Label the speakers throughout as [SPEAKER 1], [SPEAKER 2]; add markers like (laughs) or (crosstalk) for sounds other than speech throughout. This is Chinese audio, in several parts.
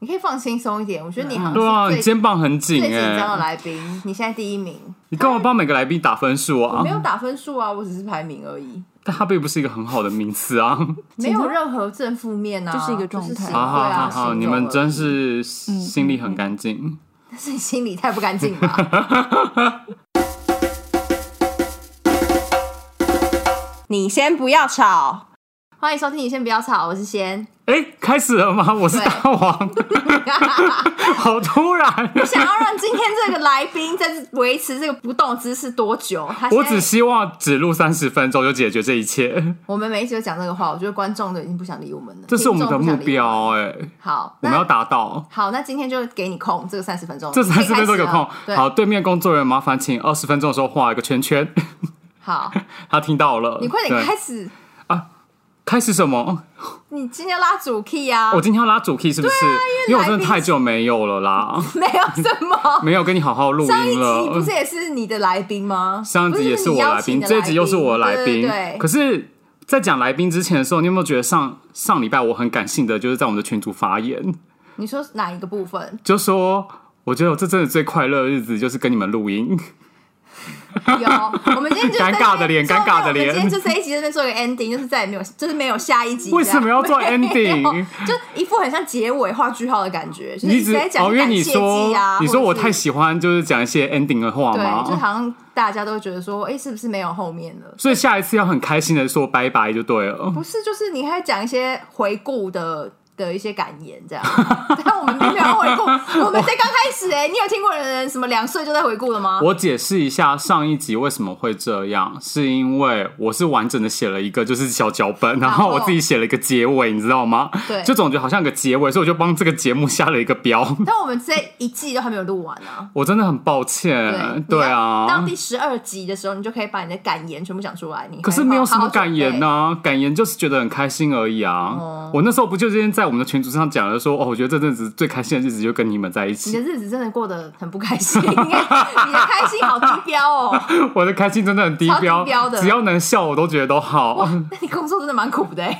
[SPEAKER 1] 你可以放轻松一点。我觉得你好
[SPEAKER 2] 对啊，
[SPEAKER 1] 像
[SPEAKER 2] 你
[SPEAKER 1] 是最、
[SPEAKER 2] 肩膀很紧
[SPEAKER 1] 最紧张的
[SPEAKER 2] 哎，
[SPEAKER 1] 来宾，你现在第一名，
[SPEAKER 2] 你干嘛帮每个来宾打分数
[SPEAKER 1] 我
[SPEAKER 2] 啊
[SPEAKER 1] 没？有打分数啊，我只是排名而已，
[SPEAKER 2] 但它并不是一个很好的名
[SPEAKER 1] (laughs)
[SPEAKER 2] 词啊。
[SPEAKER 1] 没有任何正负面啊，
[SPEAKER 3] 就是一个状态
[SPEAKER 1] 就是行
[SPEAKER 2] 好好
[SPEAKER 1] 对啊
[SPEAKER 2] 好好，
[SPEAKER 1] 行
[SPEAKER 2] 你
[SPEAKER 1] 走
[SPEAKER 2] 们
[SPEAKER 1] 而
[SPEAKER 2] 真
[SPEAKER 1] 已嗯
[SPEAKER 2] 是心里很干净。
[SPEAKER 1] 是你心里太不干净
[SPEAKER 2] (laughs)
[SPEAKER 1] 了吧。
[SPEAKER 3] 你先不要吵，
[SPEAKER 1] 欢迎收听，你先不要吵，我是 (laughs) 先。
[SPEAKER 2] 哎，开始了吗？我是
[SPEAKER 1] 嗯对 (laughs)
[SPEAKER 2] 大王，好突然。
[SPEAKER 1] 想要让今天这个来宾在这维持这个不动姿势多久？他
[SPEAKER 2] 我
[SPEAKER 1] 现在
[SPEAKER 2] 只希望只录三十分钟就解决这一切，
[SPEAKER 1] 我们每一集都讲这个话，我觉得观众都已经不想理我们了，
[SPEAKER 2] 这是我们
[SPEAKER 1] 听
[SPEAKER 2] 的
[SPEAKER 1] 众
[SPEAKER 2] 目
[SPEAKER 1] 不想理我们。
[SPEAKER 2] 标哎、
[SPEAKER 1] 好，
[SPEAKER 2] 我
[SPEAKER 1] 那
[SPEAKER 2] 们要达到。
[SPEAKER 1] 好，那今天就给你空这个三十分钟，
[SPEAKER 2] 这三十分钟
[SPEAKER 1] 可以
[SPEAKER 2] 有
[SPEAKER 1] 开始
[SPEAKER 2] 空
[SPEAKER 1] 了对，，
[SPEAKER 2] 好，对面工作人员麻烦请二十分钟的时候画一个圈圈， (laughs)
[SPEAKER 1] 好，
[SPEAKER 2] 他听到了。
[SPEAKER 1] 你快点
[SPEAKER 2] 对
[SPEAKER 1] 开始，
[SPEAKER 2] 开始什么？
[SPEAKER 1] 你今天拉主 key 啊
[SPEAKER 2] 我，今天要拉主 key 是不是？因
[SPEAKER 1] 因为
[SPEAKER 2] 为我
[SPEAKER 1] 来
[SPEAKER 2] 真的
[SPEAKER 1] 宾
[SPEAKER 2] 太久没有了啦，
[SPEAKER 1] (laughs) 没有什么。
[SPEAKER 2] 没有跟你好好录
[SPEAKER 1] 上一
[SPEAKER 2] 音
[SPEAKER 1] 集你不
[SPEAKER 2] 了
[SPEAKER 1] 是。也是你的来宾吗？
[SPEAKER 2] 上一集也
[SPEAKER 1] 不是
[SPEAKER 2] 我
[SPEAKER 1] 你
[SPEAKER 2] 的
[SPEAKER 1] 邀
[SPEAKER 2] 来
[SPEAKER 1] 请
[SPEAKER 2] 宾，
[SPEAKER 1] 的
[SPEAKER 2] 这一集又是我的来
[SPEAKER 1] 对
[SPEAKER 2] 宾。
[SPEAKER 1] 对对
[SPEAKER 2] 可是，在讲来宾之前的时候，你有没有觉得上上礼拜我很感性的，就是在我们的群组发言？
[SPEAKER 1] 你说哪一个部分？
[SPEAKER 2] 就说我觉得我这阵子最快乐的日子就是跟你们录音，
[SPEAKER 1] 有，我们今天就在
[SPEAKER 2] 尴尬的脸
[SPEAKER 1] 这边
[SPEAKER 2] 尴尬的脸
[SPEAKER 1] 我们今天就这一集这边做一个 ending，就是再也没有，就是没有下一集这样。
[SPEAKER 2] 为什么要
[SPEAKER 1] (laughs)
[SPEAKER 2] 做 ending？
[SPEAKER 1] 就一副很像结尾画句号的感觉，就是
[SPEAKER 2] 你
[SPEAKER 1] 一直
[SPEAKER 2] 只
[SPEAKER 1] 在讲
[SPEAKER 2] 哦，因为
[SPEAKER 1] 感
[SPEAKER 2] 你
[SPEAKER 1] 谢
[SPEAKER 2] 说
[SPEAKER 1] 祭啊，
[SPEAKER 2] 你说我太
[SPEAKER 1] 喜
[SPEAKER 2] 喜欢就是讲一些 ending 的话
[SPEAKER 1] 对，就
[SPEAKER 2] 嘛，
[SPEAKER 1] 好像大家都会觉得说，哎、是不是没有后面了？
[SPEAKER 2] 所以下一次要很开心的说拜拜就对了。
[SPEAKER 1] 不是，就是你还讲一些回顾的的一些感言
[SPEAKER 2] (laughs)
[SPEAKER 1] 这样，但我们并没有回顾，我们才刚开始哎、你有听过人什么两岁就在回顾了吗？
[SPEAKER 2] 我解释一下上一集为什么会这样，是因为我是完整的写了一个就是小脚本，然
[SPEAKER 1] 后
[SPEAKER 2] 后我自己写了一个结尾，你知道吗？
[SPEAKER 1] 哦对
[SPEAKER 2] 就总觉得好像有个结尾，所以我就帮这个节目下了一个标。
[SPEAKER 1] 但我们这一季都还没有录完啊。
[SPEAKER 2] 我真的很抱
[SPEAKER 1] 对
[SPEAKER 2] 歉，
[SPEAKER 1] 你
[SPEAKER 2] 对
[SPEAKER 1] 要
[SPEAKER 2] 啊
[SPEAKER 1] 当，第十二集的时候，你就可以把你的感言全部讲出来。你
[SPEAKER 2] 可是
[SPEAKER 1] 还
[SPEAKER 2] 没有
[SPEAKER 1] 好
[SPEAKER 2] 什
[SPEAKER 1] 好
[SPEAKER 2] 么
[SPEAKER 1] 准
[SPEAKER 2] 感言
[SPEAKER 1] 备哦
[SPEAKER 2] 呢、感言就是觉得很开心而已啊。我那时候不就之前在我们的群组上讲了说，哦，我觉得这阵子最开心的日子就跟你们在一
[SPEAKER 1] 你的
[SPEAKER 2] 起，
[SPEAKER 1] 日子真的过得很不开心， (laughs) 你的开心好低标
[SPEAKER 2] (laughs)
[SPEAKER 1] 哦。
[SPEAKER 2] (laughs) 我的开心真的很低
[SPEAKER 1] 超低
[SPEAKER 2] 标，
[SPEAKER 1] 标的
[SPEAKER 2] 只要能笑我都觉得都好。
[SPEAKER 1] 那你工作真的蛮苦的哎、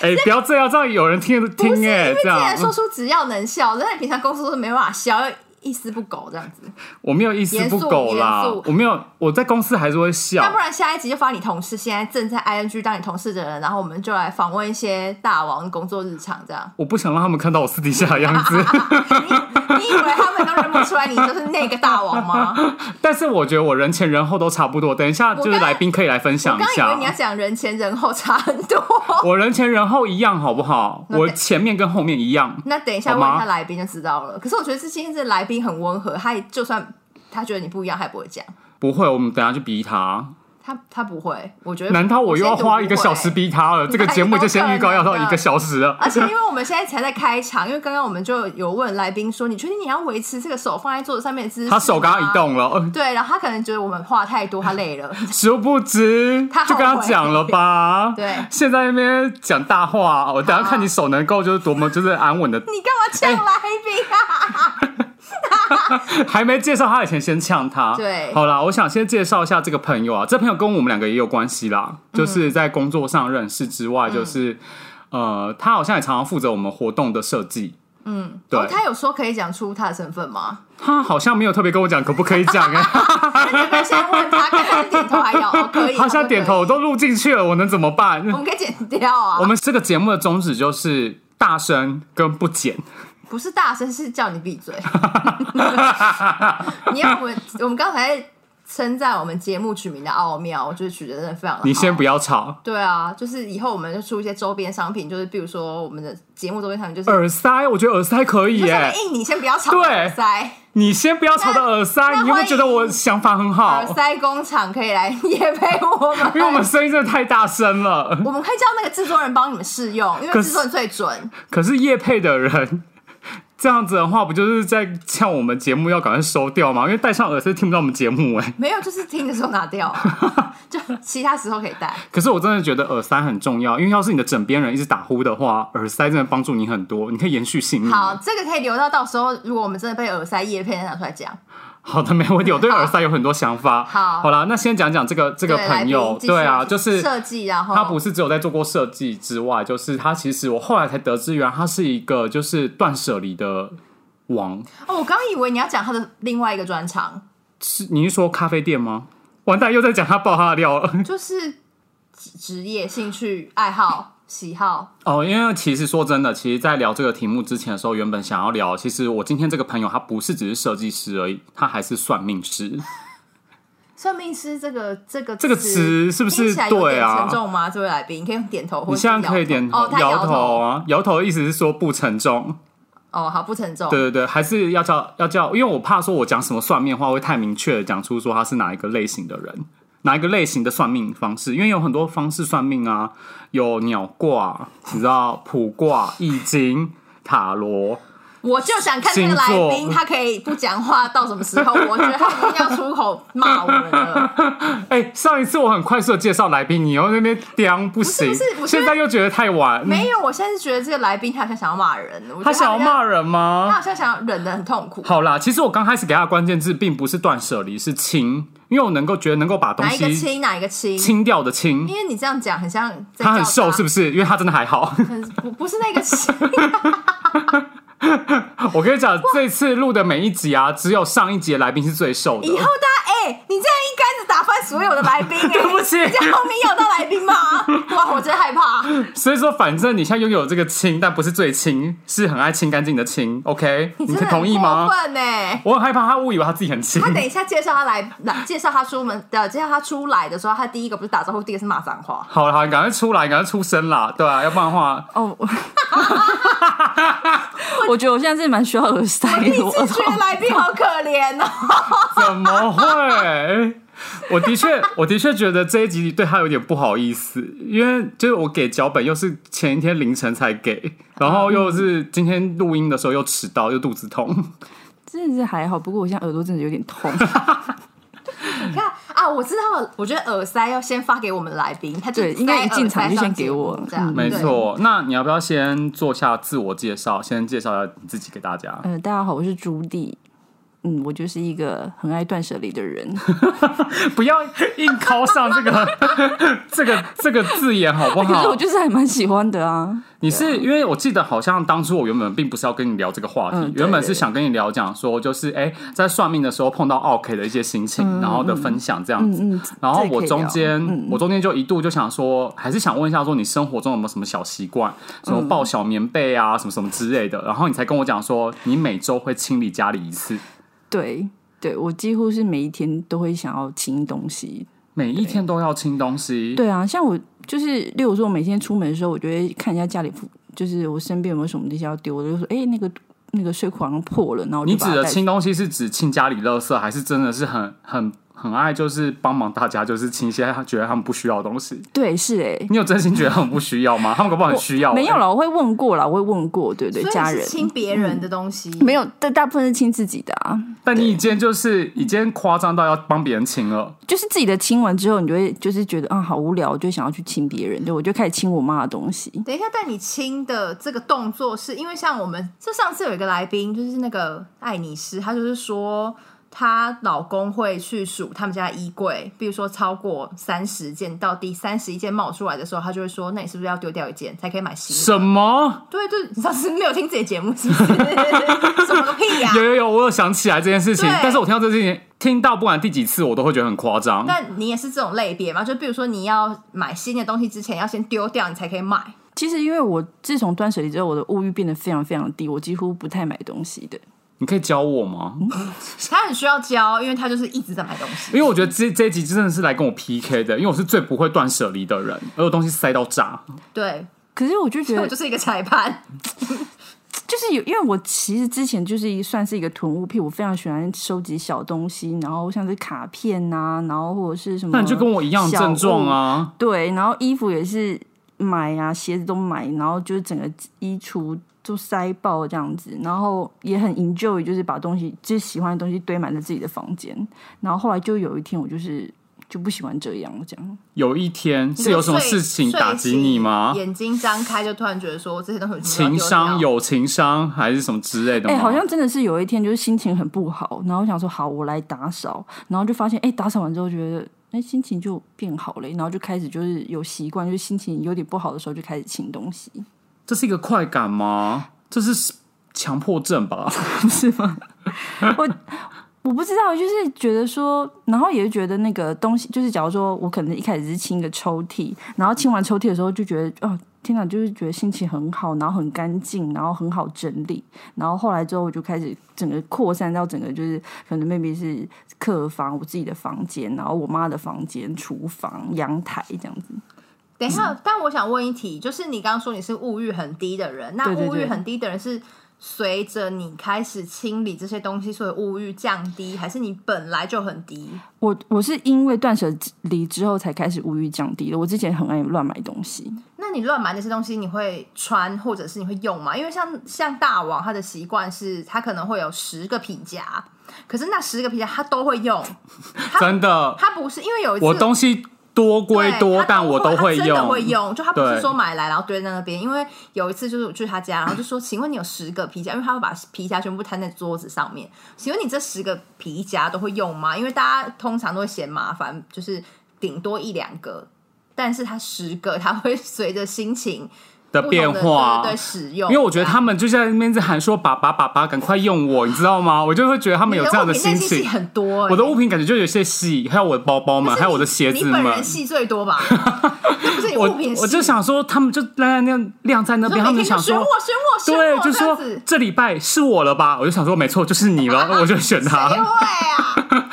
[SPEAKER 2] 哎、不要这样，这样有人听听
[SPEAKER 1] 不是因
[SPEAKER 2] 哎、
[SPEAKER 1] 为
[SPEAKER 2] 这
[SPEAKER 1] 既然
[SPEAKER 2] 样
[SPEAKER 1] 说出只要能笑，但你平常工作都没办法笑，又一丝不苟这样子。
[SPEAKER 2] 我没有一丝不苟啦
[SPEAKER 1] 严肃严，肃
[SPEAKER 2] 我没有，我在公司还是会
[SPEAKER 1] 那
[SPEAKER 2] 笑
[SPEAKER 1] 不。然下一集就发你同事现在正在 ing 当你同事的人，然后我们就来访问一些大王工作日常
[SPEAKER 2] (laughs)。
[SPEAKER 1] 这样
[SPEAKER 2] 我不想让他们看到我私底下的样
[SPEAKER 1] (laughs)
[SPEAKER 2] 子，
[SPEAKER 1] 你你以为他们都认不出来你就是那个大王吗？
[SPEAKER 2] 但是我觉得我人前人后都差不多。等一下就是
[SPEAKER 1] 刚
[SPEAKER 2] 来宾可以来分享
[SPEAKER 1] 我
[SPEAKER 2] 一
[SPEAKER 1] 刚以
[SPEAKER 2] 下
[SPEAKER 1] 为你。要讲人前人后差很多。
[SPEAKER 2] 我人前人后一样好
[SPEAKER 1] (laughs)
[SPEAKER 2] 不好？
[SPEAKER 1] 那
[SPEAKER 2] 我
[SPEAKER 1] 等
[SPEAKER 2] 前面跟后面一样。
[SPEAKER 1] 那等一下
[SPEAKER 2] 好
[SPEAKER 1] 问
[SPEAKER 2] 吗
[SPEAKER 1] 一下来宾就知道了。可是我觉得这今天这来宾很温和，他也就算他觉得你不一样，他也不会讲。
[SPEAKER 2] 不会，我们等一下去逼
[SPEAKER 1] (laughs)
[SPEAKER 2] 他。
[SPEAKER 1] 他他不会，我觉得
[SPEAKER 2] 难道我又要
[SPEAKER 1] 先读
[SPEAKER 2] 花
[SPEAKER 1] 不
[SPEAKER 2] 一个小时
[SPEAKER 1] 会？
[SPEAKER 2] 逼他了？这个节目就先预告要到一个小时啊
[SPEAKER 1] (laughs)
[SPEAKER 2] 了。
[SPEAKER 1] 啊而且因为我们现在才在开场，因为刚刚我们就有问来宾说，你确定你要维持这个手放在桌子上面的姿势吗？
[SPEAKER 2] (laughs) 他手刚刚移动了，
[SPEAKER 1] 对，然后他可能觉得我们话太多，他累
[SPEAKER 2] (laughs)
[SPEAKER 1] 了。
[SPEAKER 2] 殊不
[SPEAKER 1] (laughs)
[SPEAKER 2] 知
[SPEAKER 1] 他后悔
[SPEAKER 2] 就跟他讲了吧。
[SPEAKER 1] (laughs) 对
[SPEAKER 2] 现在那边讲大话，我等一下看你手能够就是多么就是安稳的
[SPEAKER 1] 你干嘛呛来宾啊？
[SPEAKER 2] 还没介绍他以前，先呛他。
[SPEAKER 1] 对
[SPEAKER 2] 好啦，我想先介绍一下这个朋友啊，这朋友跟我们两个也有关系啦，
[SPEAKER 1] 嗯
[SPEAKER 2] 就是在工作上认识之外，就是、
[SPEAKER 1] 嗯
[SPEAKER 2] 呃，他好像也常常负责我们活动的设计。嗯， (laughs) 对，
[SPEAKER 1] 哦，他有说可以讲出他的身份吗？
[SPEAKER 2] 他好像没有特别跟我讲可不可以讲哎、
[SPEAKER 1] (laughs) 那现在问他，看他点头还要、哦、可以，
[SPEAKER 2] 他现在点头，我都录进去了，我能怎么办？
[SPEAKER 1] 我们可以剪掉啊。
[SPEAKER 2] 我们这个节目的宗旨就是大声跟不剪。
[SPEAKER 1] 不是大声，是叫你闭
[SPEAKER 2] (laughs)
[SPEAKER 1] 嘴。你要我们，我们刚才称赞我们节目取名的奥妙，我觉得取得真的非常的好。
[SPEAKER 2] 你先不要吵，
[SPEAKER 1] 对啊，就是以后我们就出一些周边商品，就是比如说我们的节目周边商品，就是
[SPEAKER 2] 耳塞，我觉得耳塞可以
[SPEAKER 1] 就
[SPEAKER 2] 耶、
[SPEAKER 1] 上面印你先不哎要吵
[SPEAKER 2] 对
[SPEAKER 1] 耳塞，
[SPEAKER 2] 你先不要吵的耳塞，
[SPEAKER 1] 那
[SPEAKER 2] 你有没有觉得
[SPEAKER 1] 欢迎
[SPEAKER 2] 我想法很好？
[SPEAKER 1] 耳塞工厂可以来也配我们，
[SPEAKER 2] 因为我们声音真的太大声了。
[SPEAKER 1] 我们可以叫那个制作人帮你们试用，因为
[SPEAKER 2] 可是
[SPEAKER 1] 制作人最准。
[SPEAKER 2] 可是叶配的人 (laughs) 这样子的话，不就是在呛我们节目要赶快收掉吗？因为戴上耳塞听不到我们节目哎、
[SPEAKER 1] 没有，就是听的时候拿
[SPEAKER 2] (laughs)
[SPEAKER 1] 掉啊，就其他时候可以戴。
[SPEAKER 2] 可是我真的觉得耳塞很重要，因为要是你的枕边人一直打呼的话，耳塞真的帮助你很多，你可以延续性命。
[SPEAKER 1] 好，这个可以留到到时候，如果我们真的被耳塞叶片拿出来讲，
[SPEAKER 2] 好的，没问题。我对耳塞有很多想法。
[SPEAKER 1] 好
[SPEAKER 2] 好啦，那先讲讲这个这个
[SPEAKER 1] 对来
[SPEAKER 2] 朋友
[SPEAKER 1] 宾，继续
[SPEAKER 2] 对啊，就是
[SPEAKER 1] 设计，然后
[SPEAKER 2] 他不是只有在做过设计之外，就是他其实我后来才得知，原来他是一个就是断舍离的王。
[SPEAKER 1] 哦，我刚以为你要讲他的另外一个专长，
[SPEAKER 2] 是你是说咖啡店吗？完蛋，又在讲他爆他的料了。
[SPEAKER 1] 就是职业、兴趣、爱好、喜好，
[SPEAKER 2] 哦，因为其实说真的，其实，在聊这个题目之前的时候，原本想要聊，其实我今天这个朋友他不是只是设计师而已，他还是算命师。
[SPEAKER 1] 算命师这个这个
[SPEAKER 2] 这个词是不是
[SPEAKER 1] 听起来有
[SPEAKER 2] 对
[SPEAKER 1] 点
[SPEAKER 2] 啊
[SPEAKER 1] 沉重吗？这位来宾，你可以点头或
[SPEAKER 2] 你
[SPEAKER 1] 者是
[SPEAKER 2] 现在可以
[SPEAKER 1] 摇
[SPEAKER 2] 点
[SPEAKER 1] 头，哦，他
[SPEAKER 2] 摇头
[SPEAKER 1] 头，
[SPEAKER 2] 啊，摇头的意思是说不沉重。
[SPEAKER 1] 哦，好不沉重，
[SPEAKER 2] 对对对，还是要叫要叫，因为我怕说我讲什么算命话会太明确的讲出说他是哪一个类型的人，哪一个类型的算命方式，因为有很多方式算命啊，有鸟卦，你知道卜卦、易经、塔罗，
[SPEAKER 1] 我就想看这个来宾，他可以不讲话到什么时候？我觉得他已经要出口骂我们了。
[SPEAKER 2] 哎、上一次我很快速的介绍来宾，你又在那边刁不行，
[SPEAKER 1] 不是不是我觉得
[SPEAKER 2] 现在又觉得太晚，
[SPEAKER 1] 没有，我现在是觉得这个来宾他好像想要骂人，我觉得
[SPEAKER 2] 他想要骂人
[SPEAKER 1] 他
[SPEAKER 2] 吗？
[SPEAKER 1] 好像想要忍得很痛苦。
[SPEAKER 2] 好啦，其实我刚开始给他的关键字并不是断舍离，是清，因为我能够觉得能够把东
[SPEAKER 1] 哪一个
[SPEAKER 2] 西
[SPEAKER 1] 亲，哪一个亲？
[SPEAKER 2] 清掉的清
[SPEAKER 1] 因，为你这样讲，很像在
[SPEAKER 2] 他很瘦是不
[SPEAKER 1] 是？
[SPEAKER 2] 是？因为他真的还好。 (laughs)
[SPEAKER 1] 很不不是那个亲，
[SPEAKER 2] 我跟你讲，这次录的每一集啊，只有上一集的来宾是最瘦的
[SPEAKER 1] 以。后大家哎、你这样一竿子打翻所有的来宾、哎
[SPEAKER 2] (laughs) 对不起
[SPEAKER 1] 你这样后面要到来宾吗？哇，我真害怕。
[SPEAKER 2] 所以说，反正你现在拥有这个清，但不是最清，是很爱清干净的清。OK，你
[SPEAKER 1] 真
[SPEAKER 2] 可
[SPEAKER 1] 的
[SPEAKER 2] 以同意
[SPEAKER 1] 很
[SPEAKER 2] 吗
[SPEAKER 1] 过？分哎、
[SPEAKER 2] 我很害怕他误以为他自己很清。
[SPEAKER 1] 他等一下介绍他来，来介绍他出门的，介绍他出来的时候，他第一个不是打招呼，第一个是骂脏话。
[SPEAKER 2] 好了，好了，赶快出来，赶快出声啦，对啊，要不然的 (laughs) 话，
[SPEAKER 4] 哦， (laughs) 我我觉得我现在是蛮需要耳塞
[SPEAKER 1] 我第
[SPEAKER 4] 的，我
[SPEAKER 1] 一
[SPEAKER 4] 耳
[SPEAKER 1] 次
[SPEAKER 4] 朵
[SPEAKER 1] 觉得来宾好可怜哦。
[SPEAKER 2] 怎么会？我的确， (laughs) 我的确觉得这一集对他有点不好意思，因为就是我给脚本又是前一天凌晨才给，然后又是今天录音的时候又迟到，又肚子痛。
[SPEAKER 4] (laughs)
[SPEAKER 2] (laughs)
[SPEAKER 4] 真的是还好，不过我现在耳朵真的有点
[SPEAKER 1] (laughs)
[SPEAKER 4] 痛。
[SPEAKER 1] 你看啊，我知道了，我觉得耳塞要先发给我们的来宾，他就
[SPEAKER 4] 对应该一进场就先给我
[SPEAKER 1] 这样
[SPEAKER 4] 嗯
[SPEAKER 2] 没。错，那你要不要先做下自我介绍？先介绍一下你自己给大家。
[SPEAKER 4] 嗯、大家好，我是朱棣。嗯，我就是一个很爱断舍离
[SPEAKER 1] (laughs)
[SPEAKER 4] 的人。
[SPEAKER 2] (laughs) 不要硬靠上这个 (laughs) 这个这个字眼好不
[SPEAKER 4] 可是
[SPEAKER 2] 好
[SPEAKER 4] 我？就是还蛮喜欢的啊。
[SPEAKER 2] 你是因为我记得好像当初我原本并不是要跟你聊这个话题，
[SPEAKER 4] 嗯对
[SPEAKER 2] 原本是想跟你聊讲说，就是哎、在算命的时候碰到奥 K 的一些心情，然后的分享这样子。
[SPEAKER 4] 嗯，
[SPEAKER 2] 然后
[SPEAKER 4] 这个
[SPEAKER 2] 我
[SPEAKER 4] 可以
[SPEAKER 2] 中
[SPEAKER 4] 聊嗯
[SPEAKER 2] 间，我中间就一度就想说，还是想问一下，说你生活中有没有什么小习惯，什
[SPEAKER 4] 嗯
[SPEAKER 2] 么抱小棉被啊，什么什么之类的。然后你才跟我讲说，你每周会清理家里一次。
[SPEAKER 4] 对对，我几乎是每一天都会想要清东西。
[SPEAKER 2] 每一天都要清东西，
[SPEAKER 4] 对啊，像我就是，例如说，我每天出门的时候，我就会看一下家里附，就是我身边有没有什么东西要丢的，就说，哎、那个那个睡裤好像破了，然后我就
[SPEAKER 2] 你
[SPEAKER 4] 把
[SPEAKER 2] 指
[SPEAKER 4] 它
[SPEAKER 2] 的
[SPEAKER 4] 带
[SPEAKER 2] 清东西是指清家里垃圾，还是真的是很很很爱，就是帮忙大家，就是清一些觉得他们不需要的东西？
[SPEAKER 4] 对，是哎、
[SPEAKER 2] (laughs) 你有真心觉得他们不需要
[SPEAKER 4] (laughs)
[SPEAKER 2] 吗？他们搞不好很需要、
[SPEAKER 4] 没有
[SPEAKER 2] 欸
[SPEAKER 4] 了，我会问过了，我会问过，对对，
[SPEAKER 1] 所以
[SPEAKER 4] 家
[SPEAKER 1] 你
[SPEAKER 4] 人嗯
[SPEAKER 1] 是亲别人的东西，
[SPEAKER 4] 没有，但大部分是亲自己的啊，
[SPEAKER 2] 但你已经就是已经夸张到要帮别人清了，
[SPEAKER 4] 就是自己的亲完之后，你就会就是觉得啊好无聊，我就想要去亲别人，对我就开始亲我妈的东西，
[SPEAKER 1] 等一下，但你亲的这个动作是因为像我们，就上次有一个来宾，就是那个爱尼斯，她就是说她老公会去数他们家的衣柜，比如说超过三十件，到第三十一件冒出来的时候，她就会说：“那你是不是要丢掉一件才可以买新的
[SPEAKER 2] 什 (laughs) 么？
[SPEAKER 1] 对对，你上次没有听自己的节目是不是？什么个屁呀、
[SPEAKER 2] 有有有，我有想起来这件事情
[SPEAKER 1] 对，
[SPEAKER 2] 但是我听到这件事情，听到不管第几次，我都会觉得很夸张。
[SPEAKER 1] 但你也是这种类别吗？就比如说你要买新的东西之前，要先丢掉，你才可以买。
[SPEAKER 4] 其实因为我自从断舍离之后，我的物欲变得非常非常低，我几乎不太买东西的。
[SPEAKER 2] 你可以教我吗？
[SPEAKER 1] 他很需要教，因为他就是一直在买东西。
[SPEAKER 2] 因为我觉得这这一集真的是来跟我 PK 的，因为我是最不会断舍离的人，而我东西塞到炸。
[SPEAKER 4] 嗯
[SPEAKER 1] 对，
[SPEAKER 4] 可是我就
[SPEAKER 1] 所
[SPEAKER 4] 觉
[SPEAKER 1] 以
[SPEAKER 4] 得
[SPEAKER 1] 我 (laughs) 就，是一个裁判。
[SPEAKER 4] 就是有，因为我其实之前就是一算是一个囤物癖，我非常喜欢收集小东西，然后像是卡片呐、然后或者是什么，
[SPEAKER 2] 那你就跟我一样症状！啊！
[SPEAKER 4] 对，然后衣服也是买啊，鞋子都买，然后就是整个衣橱都塞爆这样子，然后也很 enjoy，就是把东西就是喜欢的东西堆满在自己的房间。然后后来就有一天，我就是就不喜欢这样。我讲
[SPEAKER 2] 有一天是有什么事情打击你吗
[SPEAKER 1] 睡？醒眼睛张开就突然觉得说这些东西
[SPEAKER 2] 啊情商
[SPEAKER 1] 有
[SPEAKER 2] 有情商还是什么之类的
[SPEAKER 4] 哎、
[SPEAKER 2] 吗？
[SPEAKER 4] 好像真的是有一天就是心情很不好，然后想说好，我来打扫，然后就发现哎、打扫完之后觉得哎、心情就变好了，然后就开始就是有习惯，就是心情有点不好的时候就开始清东西，
[SPEAKER 2] 这是一个快感吗？这是强迫症吧？ (laughs)
[SPEAKER 4] 是吗？我我不知道，就是觉得说，然后也是觉得那个东西，就是假如说我可能一开始是清一个抽屉，然后清完抽屉的时候就觉得哦。天哪，就是觉得心情很好，然后很干净，然后很好整理，然后后来之后我就开始整个扩散到整个就是可能 maybe 是客房、我自己的房间，然后我妈的房间、厨房、阳台这样子。
[SPEAKER 1] 等一下，但我想问一题，就是你刚刚说你是物欲很低的人，那
[SPEAKER 4] 对对
[SPEAKER 1] 物欲
[SPEAKER 4] 对
[SPEAKER 1] 很低的人是随着你开始清理这些东西，所以物欲降低，还是你本来就很低？
[SPEAKER 4] 我我是因为断舍离之后才开始物欲降低的，我之前很爱乱买东西，
[SPEAKER 1] 那你乱买那些东西，你会穿或者是你会用吗？因为像像大王他的习惯是，他可能会有十个皮夹，可是那十个皮夹他都会用，
[SPEAKER 2] 真的，
[SPEAKER 1] 他不是因为有一次
[SPEAKER 2] 我东西多归
[SPEAKER 1] 对
[SPEAKER 2] 多，
[SPEAKER 1] 他
[SPEAKER 2] 但我都
[SPEAKER 1] 他
[SPEAKER 2] 会
[SPEAKER 1] 真的
[SPEAKER 2] 用。
[SPEAKER 1] 会用，就他不是
[SPEAKER 2] 对
[SPEAKER 1] 说买来然后堆在那边，因为有一次就是我去他家，然后就说：“请问你有十个皮夹？”因为他会把皮夹全部摊在桌子上面。请问你这十个皮夹都会用吗？因为大家通常都会嫌麻烦，就是顶多一两个，但是他十个，他会随着心情
[SPEAKER 2] 的
[SPEAKER 1] 不同
[SPEAKER 2] 变化，
[SPEAKER 1] 对对对使用。
[SPEAKER 2] 因为我觉得他
[SPEAKER 1] 们
[SPEAKER 2] 们就在那边在喊说“爸爸爸爸，赶快用我”，你知道吗？我就会觉得他们有这样的心情。
[SPEAKER 1] 很多、欸，欸
[SPEAKER 2] 我的物品感觉就有些细，还有我的包包们，还有我的鞋子
[SPEAKER 1] 你本人
[SPEAKER 2] 们。
[SPEAKER 1] 戏最多
[SPEAKER 2] (laughs)
[SPEAKER 1] 吧？不是你
[SPEAKER 2] 我
[SPEAKER 1] 物品的戏，
[SPEAKER 2] 我就想说，他们就那样晾在那
[SPEAKER 1] 说每天
[SPEAKER 2] 边，他们想
[SPEAKER 1] 就选我
[SPEAKER 2] 说，
[SPEAKER 1] 选我选
[SPEAKER 2] 对，
[SPEAKER 1] 我
[SPEAKER 2] 就
[SPEAKER 1] 这样
[SPEAKER 2] 说
[SPEAKER 1] 子
[SPEAKER 2] 这礼拜是我了吧？我就想说，没错，就是你
[SPEAKER 1] (laughs)
[SPEAKER 2] 了，我就选
[SPEAKER 1] 谁
[SPEAKER 2] 他。
[SPEAKER 1] 会啊？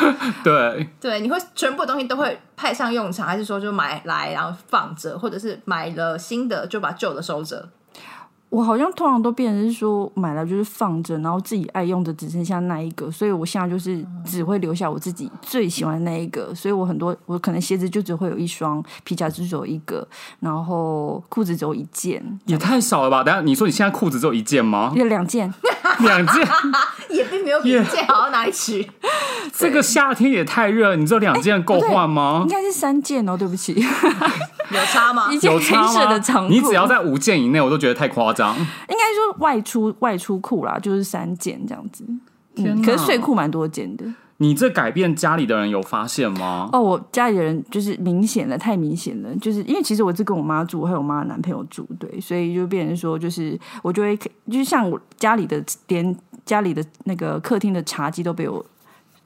[SPEAKER 2] 对，
[SPEAKER 1] 对，你会全部的东西都会派上用场，还是说就买来然后放着，或者是买了新的就把旧的收着？
[SPEAKER 4] 我好像通常都变成是说买了就是放着，然后自己爱用的只剩下那一个，所以我现在就是
[SPEAKER 2] 嗯
[SPEAKER 4] 只会留下我自己最喜欢的那一个，所以我很多我可能鞋子就只会有一双，皮夹就只有一个，然后裤子只有一件，
[SPEAKER 2] 也太少了吧？等下你说你现在裤子只有一件吗？
[SPEAKER 4] 有两件，
[SPEAKER 2] 哦两件？
[SPEAKER 1] 也并没有比
[SPEAKER 2] Yeah
[SPEAKER 1] 这好到哪里去。
[SPEAKER 2] 这个夏天也太热，你只有两件够换吗
[SPEAKER 4] 应？该是三件哦，对
[SPEAKER 2] (laughs)
[SPEAKER 4] 不起，
[SPEAKER 1] 有差吗
[SPEAKER 4] 一？件
[SPEAKER 2] 有
[SPEAKER 4] 黑
[SPEAKER 2] 差
[SPEAKER 4] 色
[SPEAKER 2] 吗
[SPEAKER 4] 的长？裤，
[SPEAKER 2] 你只要在五件以内，我都觉得太夸张。
[SPEAKER 4] 应该说外出外出裤啦，就是三件这样子，嗯
[SPEAKER 2] 天哪
[SPEAKER 4] 可是睡裤蛮多件的。
[SPEAKER 2] 你这改变家里的人有发现吗？
[SPEAKER 4] 哦，我家里的人就是明显了，太明显了，就是因为其实我是跟我妈住，还有我妈的男朋友住，对，所以就变成说，就是我就会，就是像我家里的连家里的那个客厅的茶几都被我